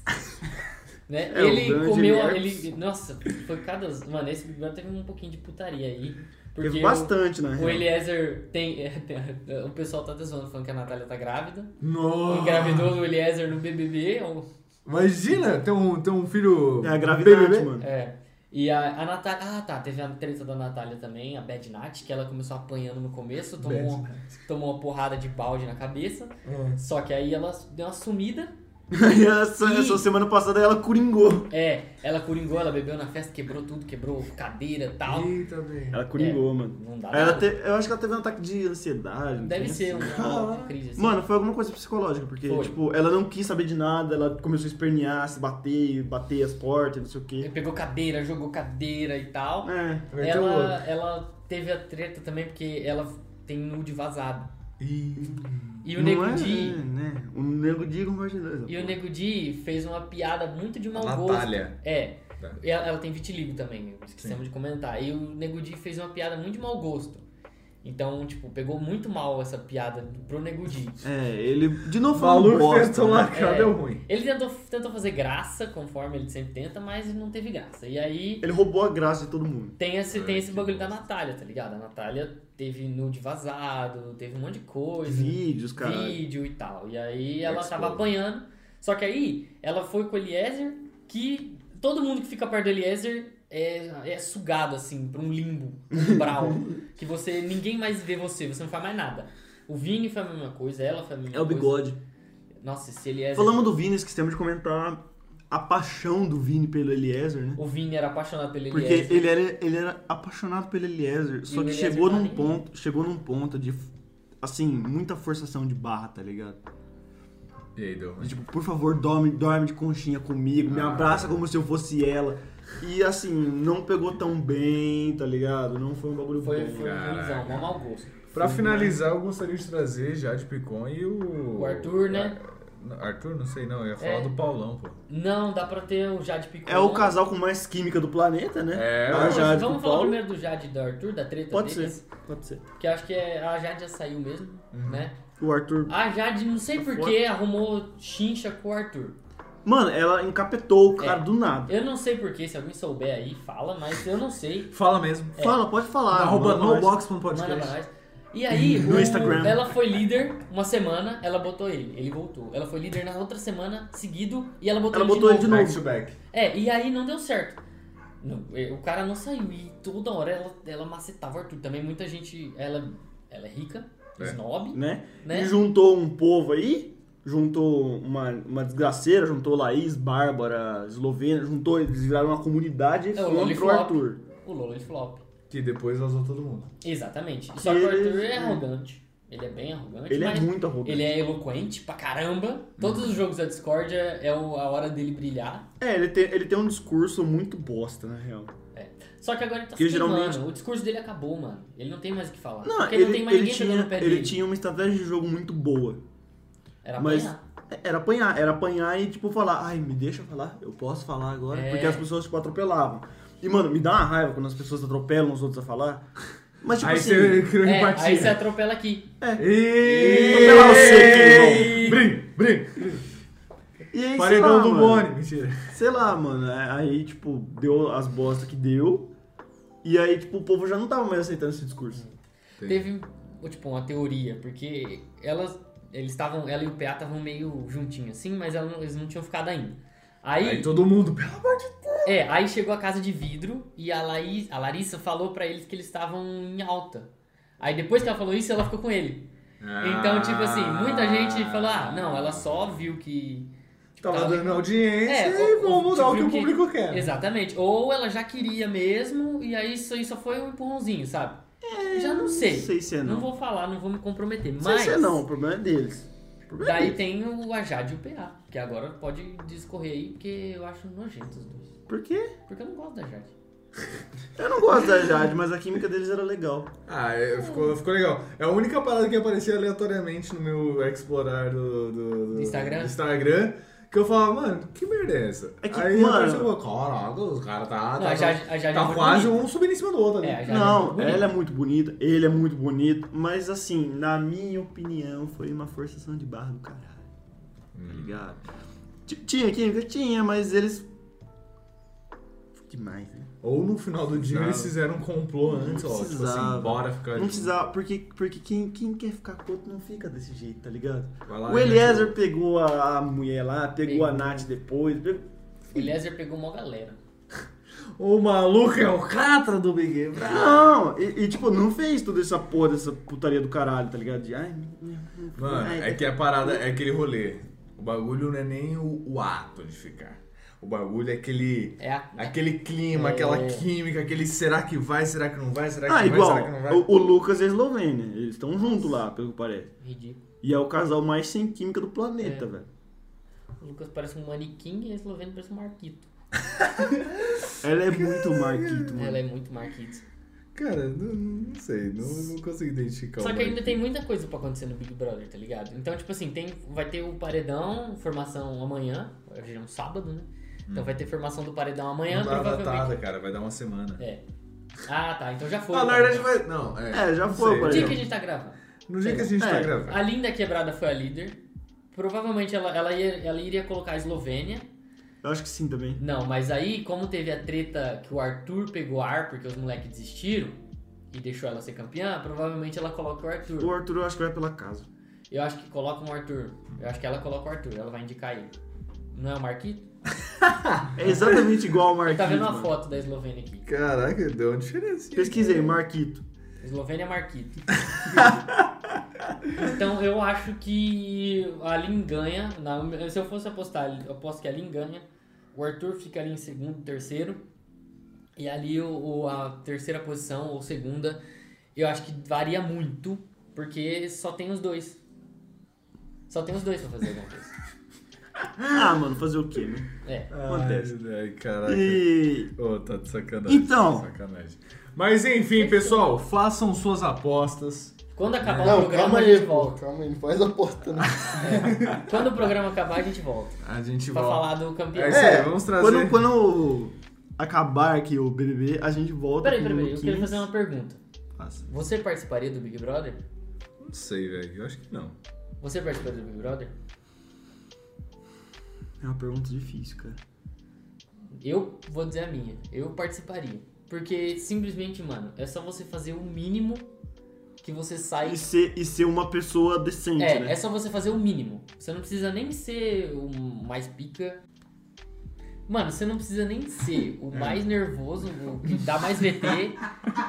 A: Né?
C: É, o
A: ele
C: grande
A: comeu.
C: Eli Herpes.
A: Ele, nossa, foi cada. Mano, esse Big Brother teve um pouquinho de putaria aí. Porque
C: Teve
A: o-
C: bastante, né? na
A: O é-
C: real.
A: Eliezer tem. O pessoal tá até zoando, falando que a Natália tá grávida.
C: Ah.
B: No!
A: Engravidou o Eliezer no BBB. Ou,
B: Imagina ter um, ter um filho.
C: É a gravidade,
B: bebê.
C: mano.
A: é. E a, a Natália. Ah, tá. Teve a treta da Natália também, a Bad Nat, que ela começou apanhando no começo, tomou, uma- tomou uma porrada de balde na cabeça.
B: É.
A: Só que aí ela deu uma sumida.
C: E essa,
A: E-
C: essa semana passada ela coringou.
A: É, ela coringou, ela bebeu na festa, quebrou tudo, quebrou cadeira e tal.
B: Eita, velho.
C: Ela
A: É.
C: coringou, mano.
A: Não dá.
C: Aí Ela
A: nada.
C: te, eu acho que ela teve um ataque de ansiedade. um
A: Deve
C: trem
A: ser
C: assim.
A: uma, uma crise assim.
C: Mano, foi alguma coisa psicológica, porque,
A: Foi.
C: tipo, ela não quis saber de nada, ela começou a espernear, se bater, bater as portas, não sei o
A: Ele
C: quê.
A: pegou cadeira, jogou cadeira e tal.
C: É.
B: Meteu o
A: Ela, ela teve a treta também porque ela tem nude vazado. E o
C: Não
A: Nego
C: é,
A: Di.
C: é, né? O Nego Di compartilhou. essa
A: E o
C: porra.
A: Nego Di fez uma piada muito de mau
B: A
A: gosto.
B: Natália.
A: É.
B: Tá.
A: E Ela, ela tem vitiligo também, esquecemos de comentar. E o Nego Di fez uma piada muito de mau gosto. Então, tipo, pegou muito mal essa piada pro Nego Di.
C: É, ele de novo foi um
F: Maluco
C: bosta,
F: tentou
C: né?
F: lacrar,
A: É.
F: deu ruim.
A: Ele tentou, tentou fazer graça, conforme ele sempre tenta, mas não teve graça. E aí
C: Ele roubou a graça de todo mundo.
A: tem esse, tem esse bagulho da Natália, tá ligado? A Natália teve nude vazado, teve um monte de coisa.
C: é. Vídeos, cara.
A: vídeo e tal. E aí ela
B: Expo.
A: tava apanhando. Só que aí ela foi com o Eliezer, que todo mundo que fica perto do Eliezer é, é sugado, assim, pra um limbo, um umbral. que você, ninguém mais vê você, você não faz mais nada. O Vini foi a mesma coisa, ela foi a mesma
C: É o
A: coisa.
C: bigode.
A: Nossa, esse Eliezer...
C: Falamos do Vini, esquecemos de comentar a paixão do Vini pelo Eliezer, né?
A: O Vini era apaixonado pelo
C: Porque
A: Eliezer.
C: ele era, ele era apaixonado pelo Eliezer, só
A: o
C: que
A: Eliezer
C: chegou
A: tá
C: num
A: nem aí.
C: ponto, chegou num ponto de assim, muita forçação de barra, tá ligado?
B: E aí, deu ruim.
C: Tipo, por favor, dorme, dorme de conchinha comigo, me abraça como se eu fosse ela. E assim, não pegou tão bem, tá ligado? Não foi um bagulho
A: Foi,
C: bom.
A: foi um
B: Caraca.
A: ruimzão, mó mau gosto.
B: Pra
C: né?
B: finalizar, eu gostaria de trazer já de Picon e o.
A: O Arthur, né?
B: Ar- Arthur, não sei não, eu ia falar
A: É.
B: do Paulão, pô.
A: Não, dá pra ter o Jade Picon.
C: É o casal com mais química do planeta, né?
B: É,
C: a
B: mas
C: Jade com o
A: Vamos falar
C: Paulo.
A: primeiro do Jade e do Arthur, da treta
C: Pode
A: deles?
C: ser, pode ser.
A: Que eu acho que é, a Jade já saiu mesmo,
C: Uhum.
A: né?
C: O Arthur.
A: A Jade, não sei porquê, arrumou chincha com o Arthur.
C: Mano, ela encapetou o cara
A: É.
C: do nada.
A: Eu não sei porquê, se alguém souber aí, fala, mas eu não sei.
B: Fala mesmo.
C: Fala, pode falar.
B: Arroba
C: manda mais.
A: É. Manda pra
B: nobox.podcast.
A: nós. E aí,
C: No
A: o-
C: Instagram.
A: ela foi líder uma semana, ela botou ele, ele voltou. Ela foi líder na outra semana, seguido, e ela botou
C: Ela
A: ele
C: botou
A: de
C: ele
A: novo.
C: de novo.
F: Back to back.
A: É, e aí não deu certo. Não, eh, o cara não saiu e toda hora ela, ela macetava o Arthur. Também muita gente, ela, ela é rica,
B: É.
A: snob,
C: né?
A: né?
C: E juntou um povo aí, juntou uma, uma desgraceira, juntou Laís, Bárbara, Eslovena, juntou, eles viraram uma comunidade
A: É, o
C: contra o
A: Loliflop.
C: Arthur.
A: O Lolo de flop.
B: Que depois vazou todo mundo.
A: Exatamente. Só que o
C: ele-
A: Arthur é arrogante. Ele é bem arrogante.
C: Ele é Uhum.
A: mas
C: muito arrogante.
A: Ele é eloquente pra caramba. Todos os jogos da Discord é o- a hora dele brilhar.
C: É, ele tem, ele tem um discurso muito bosta, na real.
A: Só que agora ele tá
C: Porque
A: se queimando.
C: geralmente-
A: O discurso dele acabou, mano. Ele não tem mais o que falar.
C: Não,
A: Porque
C: ele,
A: não tem mais
C: ele
A: ninguém pegando
C: tinha,
A: o pé
C: ele
A: dele.
C: tinha uma estratégia de jogo muito boa.
A: Era
C: mas-
A: apanhar.
C: Era apanhar, era apanhar e tipo falar, ai, me deixa falar, eu posso falar agora,
A: É.
C: porque as pessoas tipo atropelavam. E mano, me dá uma raiva quando as pessoas atropelam os outros a falar. Mas tipo
B: aí
C: assim,
B: você criou
A: É,
B: empatia.
A: aí você é. atropela aqui.
C: Atropelar você,
B: E...
C: querido.
B: Brinco, brinco.
C: E aí, sei
B: Paredão
C: lá,
B: do
C: mano.
B: Boni. Mentira.
C: Sei lá, mano. é- Aí, tipo, deu as bostas que deu. E aí, tipo, o povo já não tava mais aceitando esse discurso.
A: Teve, tipo, uma teoria, porque elas. Eles estavam. Ela e o PA estavam meio juntinhos, assim, mas ela não- eles não tinham ficado ainda. Aí,
B: Aí todo mundo, pelo amor
A: É, aí chegou a casa de vidro e a, Laís, a Larissa falou pra eles que eles estavam em alta. Aí depois que ela falou isso, ela ficou com ele. Então, tipo assim, muita gente falou: ah, não, ela só viu que. tipo,
B: Tá
F: Tava dando audiência
A: É,
F: e
A: o-
F: vamos mudar o que
A: tipo
F: o
A: que-
F: público
C: É.
F: quer.
A: Exatamente. Ou ela já queria mesmo e aí isso aí só foi um empurrãozinho, sabe? já não sei.
C: É, Não sei se é
A: Não
C: não.
A: vou falar, não vou me comprometer.
C: Não sei
A: Mas.
C: se é não, o problema é deles. O problema é
A: Daí
C: deles.
A: tem o Ajad e o PA, que agora pode discorrer aí, porque eu acho nojento os dois.
C: Por quê?
A: Porque eu não gosto da Jade.
C: Eu não gosto da Jade, mas a química deles era legal.
B: Ah, é, ficou, ficou legal. É a única parada que aparecia aleatoriamente no meu explorar do, do- do-
A: Do Instagram?
B: do Instagram, Que eu falava, mano, que merda é essa?
C: É que,
B: Aí
C: mano-
B: apareceu, caraca, os caras tá,
A: Não,
B: tá,
A: a Jade- a Jade
B: tá
A: é muito
B: quase
A: bonita.
B: um subindo em cima do outro ali.
A: É, a Jade é muito
C: não,
A: bonita.
C: ela é muito bonita, ele é muito bonito, mas assim, na minha opinião, foi uma forçação de barra do caralho.
B: Hum.
C: Tá ligado? T- Tinha química? Tinha, mas eles. Demais, né?
B: Ou no final do dia
C: Não.
B: eles fizeram um complô
C: Não
B: antes, ó. Tipo
C: precisava.
B: assim, bora ficar
C: Não
B: junto.
C: precisava, porque, porque quem, quem quer ficar com outro não fica desse jeito, tá ligado?
B: Vai lá, né,
C: o
B: gente.
C: Eliezer pegou a, a mulher lá, pegou
A: Pegou.
C: a Nath depois. pegou-
A: O
B: um
A: Eliezer pegou uma galera.
B: O maluco é o catra do Big Brother.
C: Não, e, e, tipo, não fez toda essa porra dessa putaria do caralho, tá ligado? De, ai,
B: Mano, é
C: tá.
B: que a parada é aquele rolê. O bagulho não é nem o, o ato de ficar. O bagulho é aquele.
A: É a-
B: Aquele clima,
A: É.
B: aquela química, aquele será que vai, será que não vai, será que
C: Ah,
B: vai,
C: igual,
B: será que não vai.
C: o, o Lucas e a Eslovênia, eles estão juntos lá, pelo que parece.
A: Ridículo.
C: E é o casal mais sem química do planeta,
A: É.
C: velho.
A: O Lucas parece um manequim e a Eslovênia parece um Marquito.
C: Ela é muito marquito, mano.
A: Ela é muito Marquito.
B: Cara, não, não sei, não, não consigo identificar.
A: Só
B: o
A: que
B: Mike.
A: ainda tem muita coisa pra acontecer no Big Brother, tá ligado? Então, tipo assim, tem, vai ter o paredão, formação amanhã. Hoje é um sábado, né? Então vai ter formação do paredão amanhã,
B: Hum. Não tá
A: provavelmente.
B: datada, cara, vai dar uma semana.
A: É. Ah, tá. Então já foi.
B: Ah, na verdade vai. Não, é.
C: É, já
B: Não
C: foi,
B: sei.
C: por
A: O
C: exemplo.
A: dia que a gente tá gravando.
B: No dia que a gente tá
C: É.
B: gravando.
A: A Linda Quebrada foi a líder. Provavelmente ela, ela, ia- ela iria colocar a Eslovênia.
C: Eu acho que sim também.
A: Não, mas aí, como teve a treta que o Arthur pegou ar porque os moleques desistiram e deixou ela ser campeã, provavelmente ela coloca o Arthur.
C: O Arthur eu acho que vai pela casa.
A: Eu acho que coloca um Arthur. Eu acho que ela coloca o Arthur, ela vai indicar ele. Não é o Marquito?
C: É exatamente igual o Marquito.
A: Tá vendo uma
C: mano.
A: foto da Eslovênia aqui.
B: Caraca, deu uma diferença.
C: Pesquisei, Marquito.
A: Eslovênia é Marquito. então eu acho que a Lin ganha. Na- se eu fosse apostar, eu aposto que a Lin ganha. O Arthur fica ali em segundo, terceiro. E ali o, o- a terceira posição ou segunda, eu acho que varia muito, porque só tem os dois. Só tem os dois pra fazer alguma coisa.
C: Ah, mano, fazer o quê, né?
A: É.
C: Acontece.
B: Ai, ai, caraca.
C: E.
B: Ô, tá de sacanagem.
C: Então.
B: tá
C: é
B: de sacanagem. Mas enfim, pessoal, façam suas apostas.
A: Quando acabar o
F: Não,
A: programa,
F: calma
A: a gente
F: aí, pô.
A: volta. É.
F: Calma aí, não faz aposta, não.
A: Quando o programa acabar, a gente volta.
B: A gente
A: Pra
B: volta.
A: falar do campeão.
B: É isso aí, vamos trazer.
C: Quando, quando acabar aqui o BBB, a gente volta.
A: Peraí,
C: com
A: peraí,
C: o
A: peraí. Eu queria
C: Luquinhas.
A: fazer uma pergunta.
C: Faça.
A: Você participaria do Big Brother?
B: Não sei, velho. Eu acho que não.
A: Você participou do Big Brother?
C: É uma pergunta difícil, cara.
A: Eu vou dizer a minha. Eu participaria. Porque simplesmente, mano, é só você fazer o mínimo que você sai.
C: E ser, e ser uma pessoa decente,
A: É,
C: né?
A: é só você fazer o mínimo. Você não precisa nem ser o mais pica. Mano, você não precisa nem ser
C: É.
A: o mais nervoso, o que dá mais VT,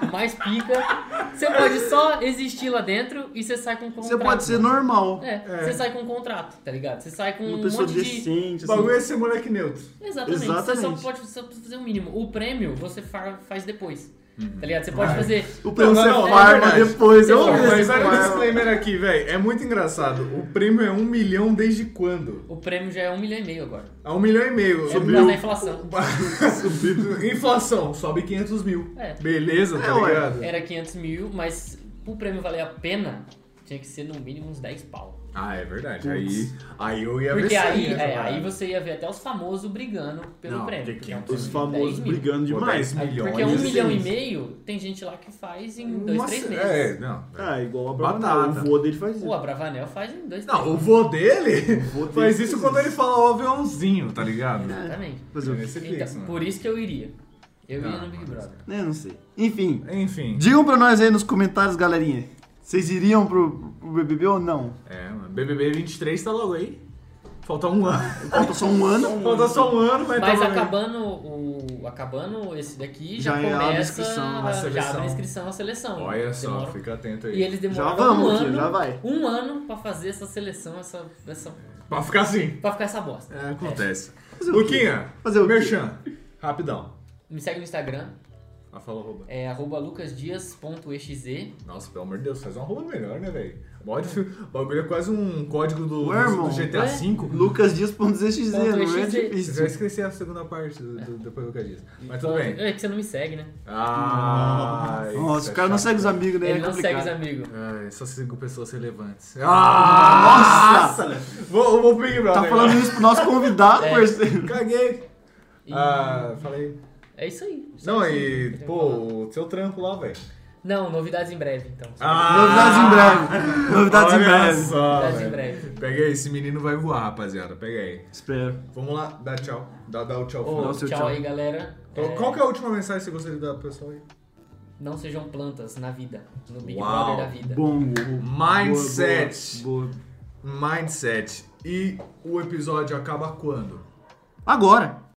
A: o mais pica. Você pode só existir lá dentro e você sai com um contrato.
C: Você pode ser normal.
A: É, você sai com um contrato, tá ligado? Você sai com
C: Uma
A: um
C: pessoa
A: monte de.
C: decente,
B: O
C: assim.
B: bagulho é ser moleque neutro.
A: Exatamente. Você só
C: Exatamente.
A: pode só precisa fazer o mínimo. O prêmio você fa- faz depois. Tá ligado? Você pode fazer.
C: O prêmio
B: Não,
C: você
B: não, não, é
C: farma
B: verdade.
C: depois. Eu
A: Você
C: amo
A: farma,
C: Então, esse
B: Mas olha o
C: é farma.
B: disclaimer aqui, velho. É muito engraçado. O prêmio é um milhão desde quando?
A: O prêmio já é um milhão e meio agora.
B: A um milhão e meio.
A: É por causa da inflação.
B: Subiu. Inflação, sobe 500 mil.
A: É.
B: Beleza, tá
C: É, ué.
B: ligado?
A: Era 500 mil, mas o prêmio valer a pena tinha que ser no mínimo uns 10 pau.
B: Ah, é verdade. Aí, aí eu ia
A: Porque
B: ver
A: aí,
B: sangue, né,
A: é,
B: cara?
A: aí você ia ver até os famosos brigando pelo
B: Não,
A: prêmio.
B: porque
A: que é um
B: 500
C: Os
A: prêmio de 10
C: famosos
A: mil.
C: brigando
B: Pô,
C: demais.
B: 10 milhões.
A: Porque um
B: de
A: milhão e
B: vezes.
A: meio tem gente lá que faz em 2, 3
B: Nossa,
A: meses.
B: É, não.
C: Ah, igual a
B: Batata.
C: Bravanel. O vô dele faz isso.
A: Pô, a Bravanel faz em 2, 3
B: Não, o vô dele
C: vô
B: faz
C: dele faz
B: isso quando ele fala o aviãozinho, tá ligado?
C: É.
A: Exatamente.
C: Fazer o quê?
B: Esse
A: Então,
B: fixo, mano.
A: por isso que eu iria. Eu
B: Não,
A: ia no Big
B: mano.
A: Brother.
C: Né, não sei. Enfim,
B: Enfim.
C: digam pra nós aí nos comentários, galerinha. Vocês iriam pro, pro BBB ou não?
B: É, mano. BBB 23 tá logo aí. Falta um ano.
C: Falta só um ano.
B: Falta só um ano, vai
A: Mas
B: tá logo aí.
A: acabando, o, acabando esse daqui, já,
C: Já é a
A: começa
C: inscrição, a
A: já
B: seleção.
A: abre a inscrição à seleção. né?
B: Olha só,
A: Demora- um
B: fica atento aí.
A: E eles demoram
C: Já vamos,
A: um
C: tio,
A: ano,
C: já vai.
A: um ano pra fazer essa seleção, essa, essa,
B: Pra ficar assim.
A: pra ficar essa bosta.
B: É, acontece.
C: Fazer o quê?
B: Luquinha,
C: Fazer o quê?
B: Merchan, rapidão.
A: Me segue no Instagram,
B: Ah, fala arroba.
A: é arroba lucasdias.exe.
B: Nossa, pelo amor de Deus, faz uma arroba melhor, né, velho? O bagulho é quase um código do,
C: Ué, irmão.
B: do GTA
A: Ué?
B: V.
C: Lucas Dias ponto ZXZ, não é
A: .exe.
B: Eu já
C: difícil.
B: esqueci a segunda parte do, do, depois do que eu disse. Mas tudo bem.
A: É que você não me segue, né?
B: Ah,
C: Nossa, o cara não segue os amigos, né?
A: Ele
C: é
A: não segue os
C: complicado.
A: amigos.
B: Ai, só sigo pessoas relevantes. Ah,
C: Nossa!
B: Vou, vou pro Big Brother.
C: Tá falando isso pro nosso convidado,
A: É.
C: parceiro.
B: Caguei.
A: E
B: Ah, falei.
A: É isso aí. Só
B: Não,
A: isso aí que
B: e,
A: eu tenho pra falar.
B: pô, o seu trampo lá, velho.
A: Não, novidades em breve, então.
B: Ah,
C: Novidades em breve. Novidades em
B: Olha
C: breve.
B: só,
A: Novidades em
B: velho.
A: breve.
B: Pega aí, esse menino vai voar, rapaziada. Pega aí.
C: Espero.
B: Vamos lá, dá tchau. Dá, dá o tchau.
A: Ô,
B: final.
C: Nossa,
A: tchau,
C: eu tchau.
A: aí, galera.
B: Qual-
A: É,
B: Qual que é a última mensagem que você gostaria de dar pro pessoal aí?
A: Não sejam plantas na vida, no Big
B: Uau.
A: Brother da vida.
C: Bom,
B: Mindset.
C: Boa, boa, boa.
B: Mindset. E o episódio acaba quando?
C: Agora.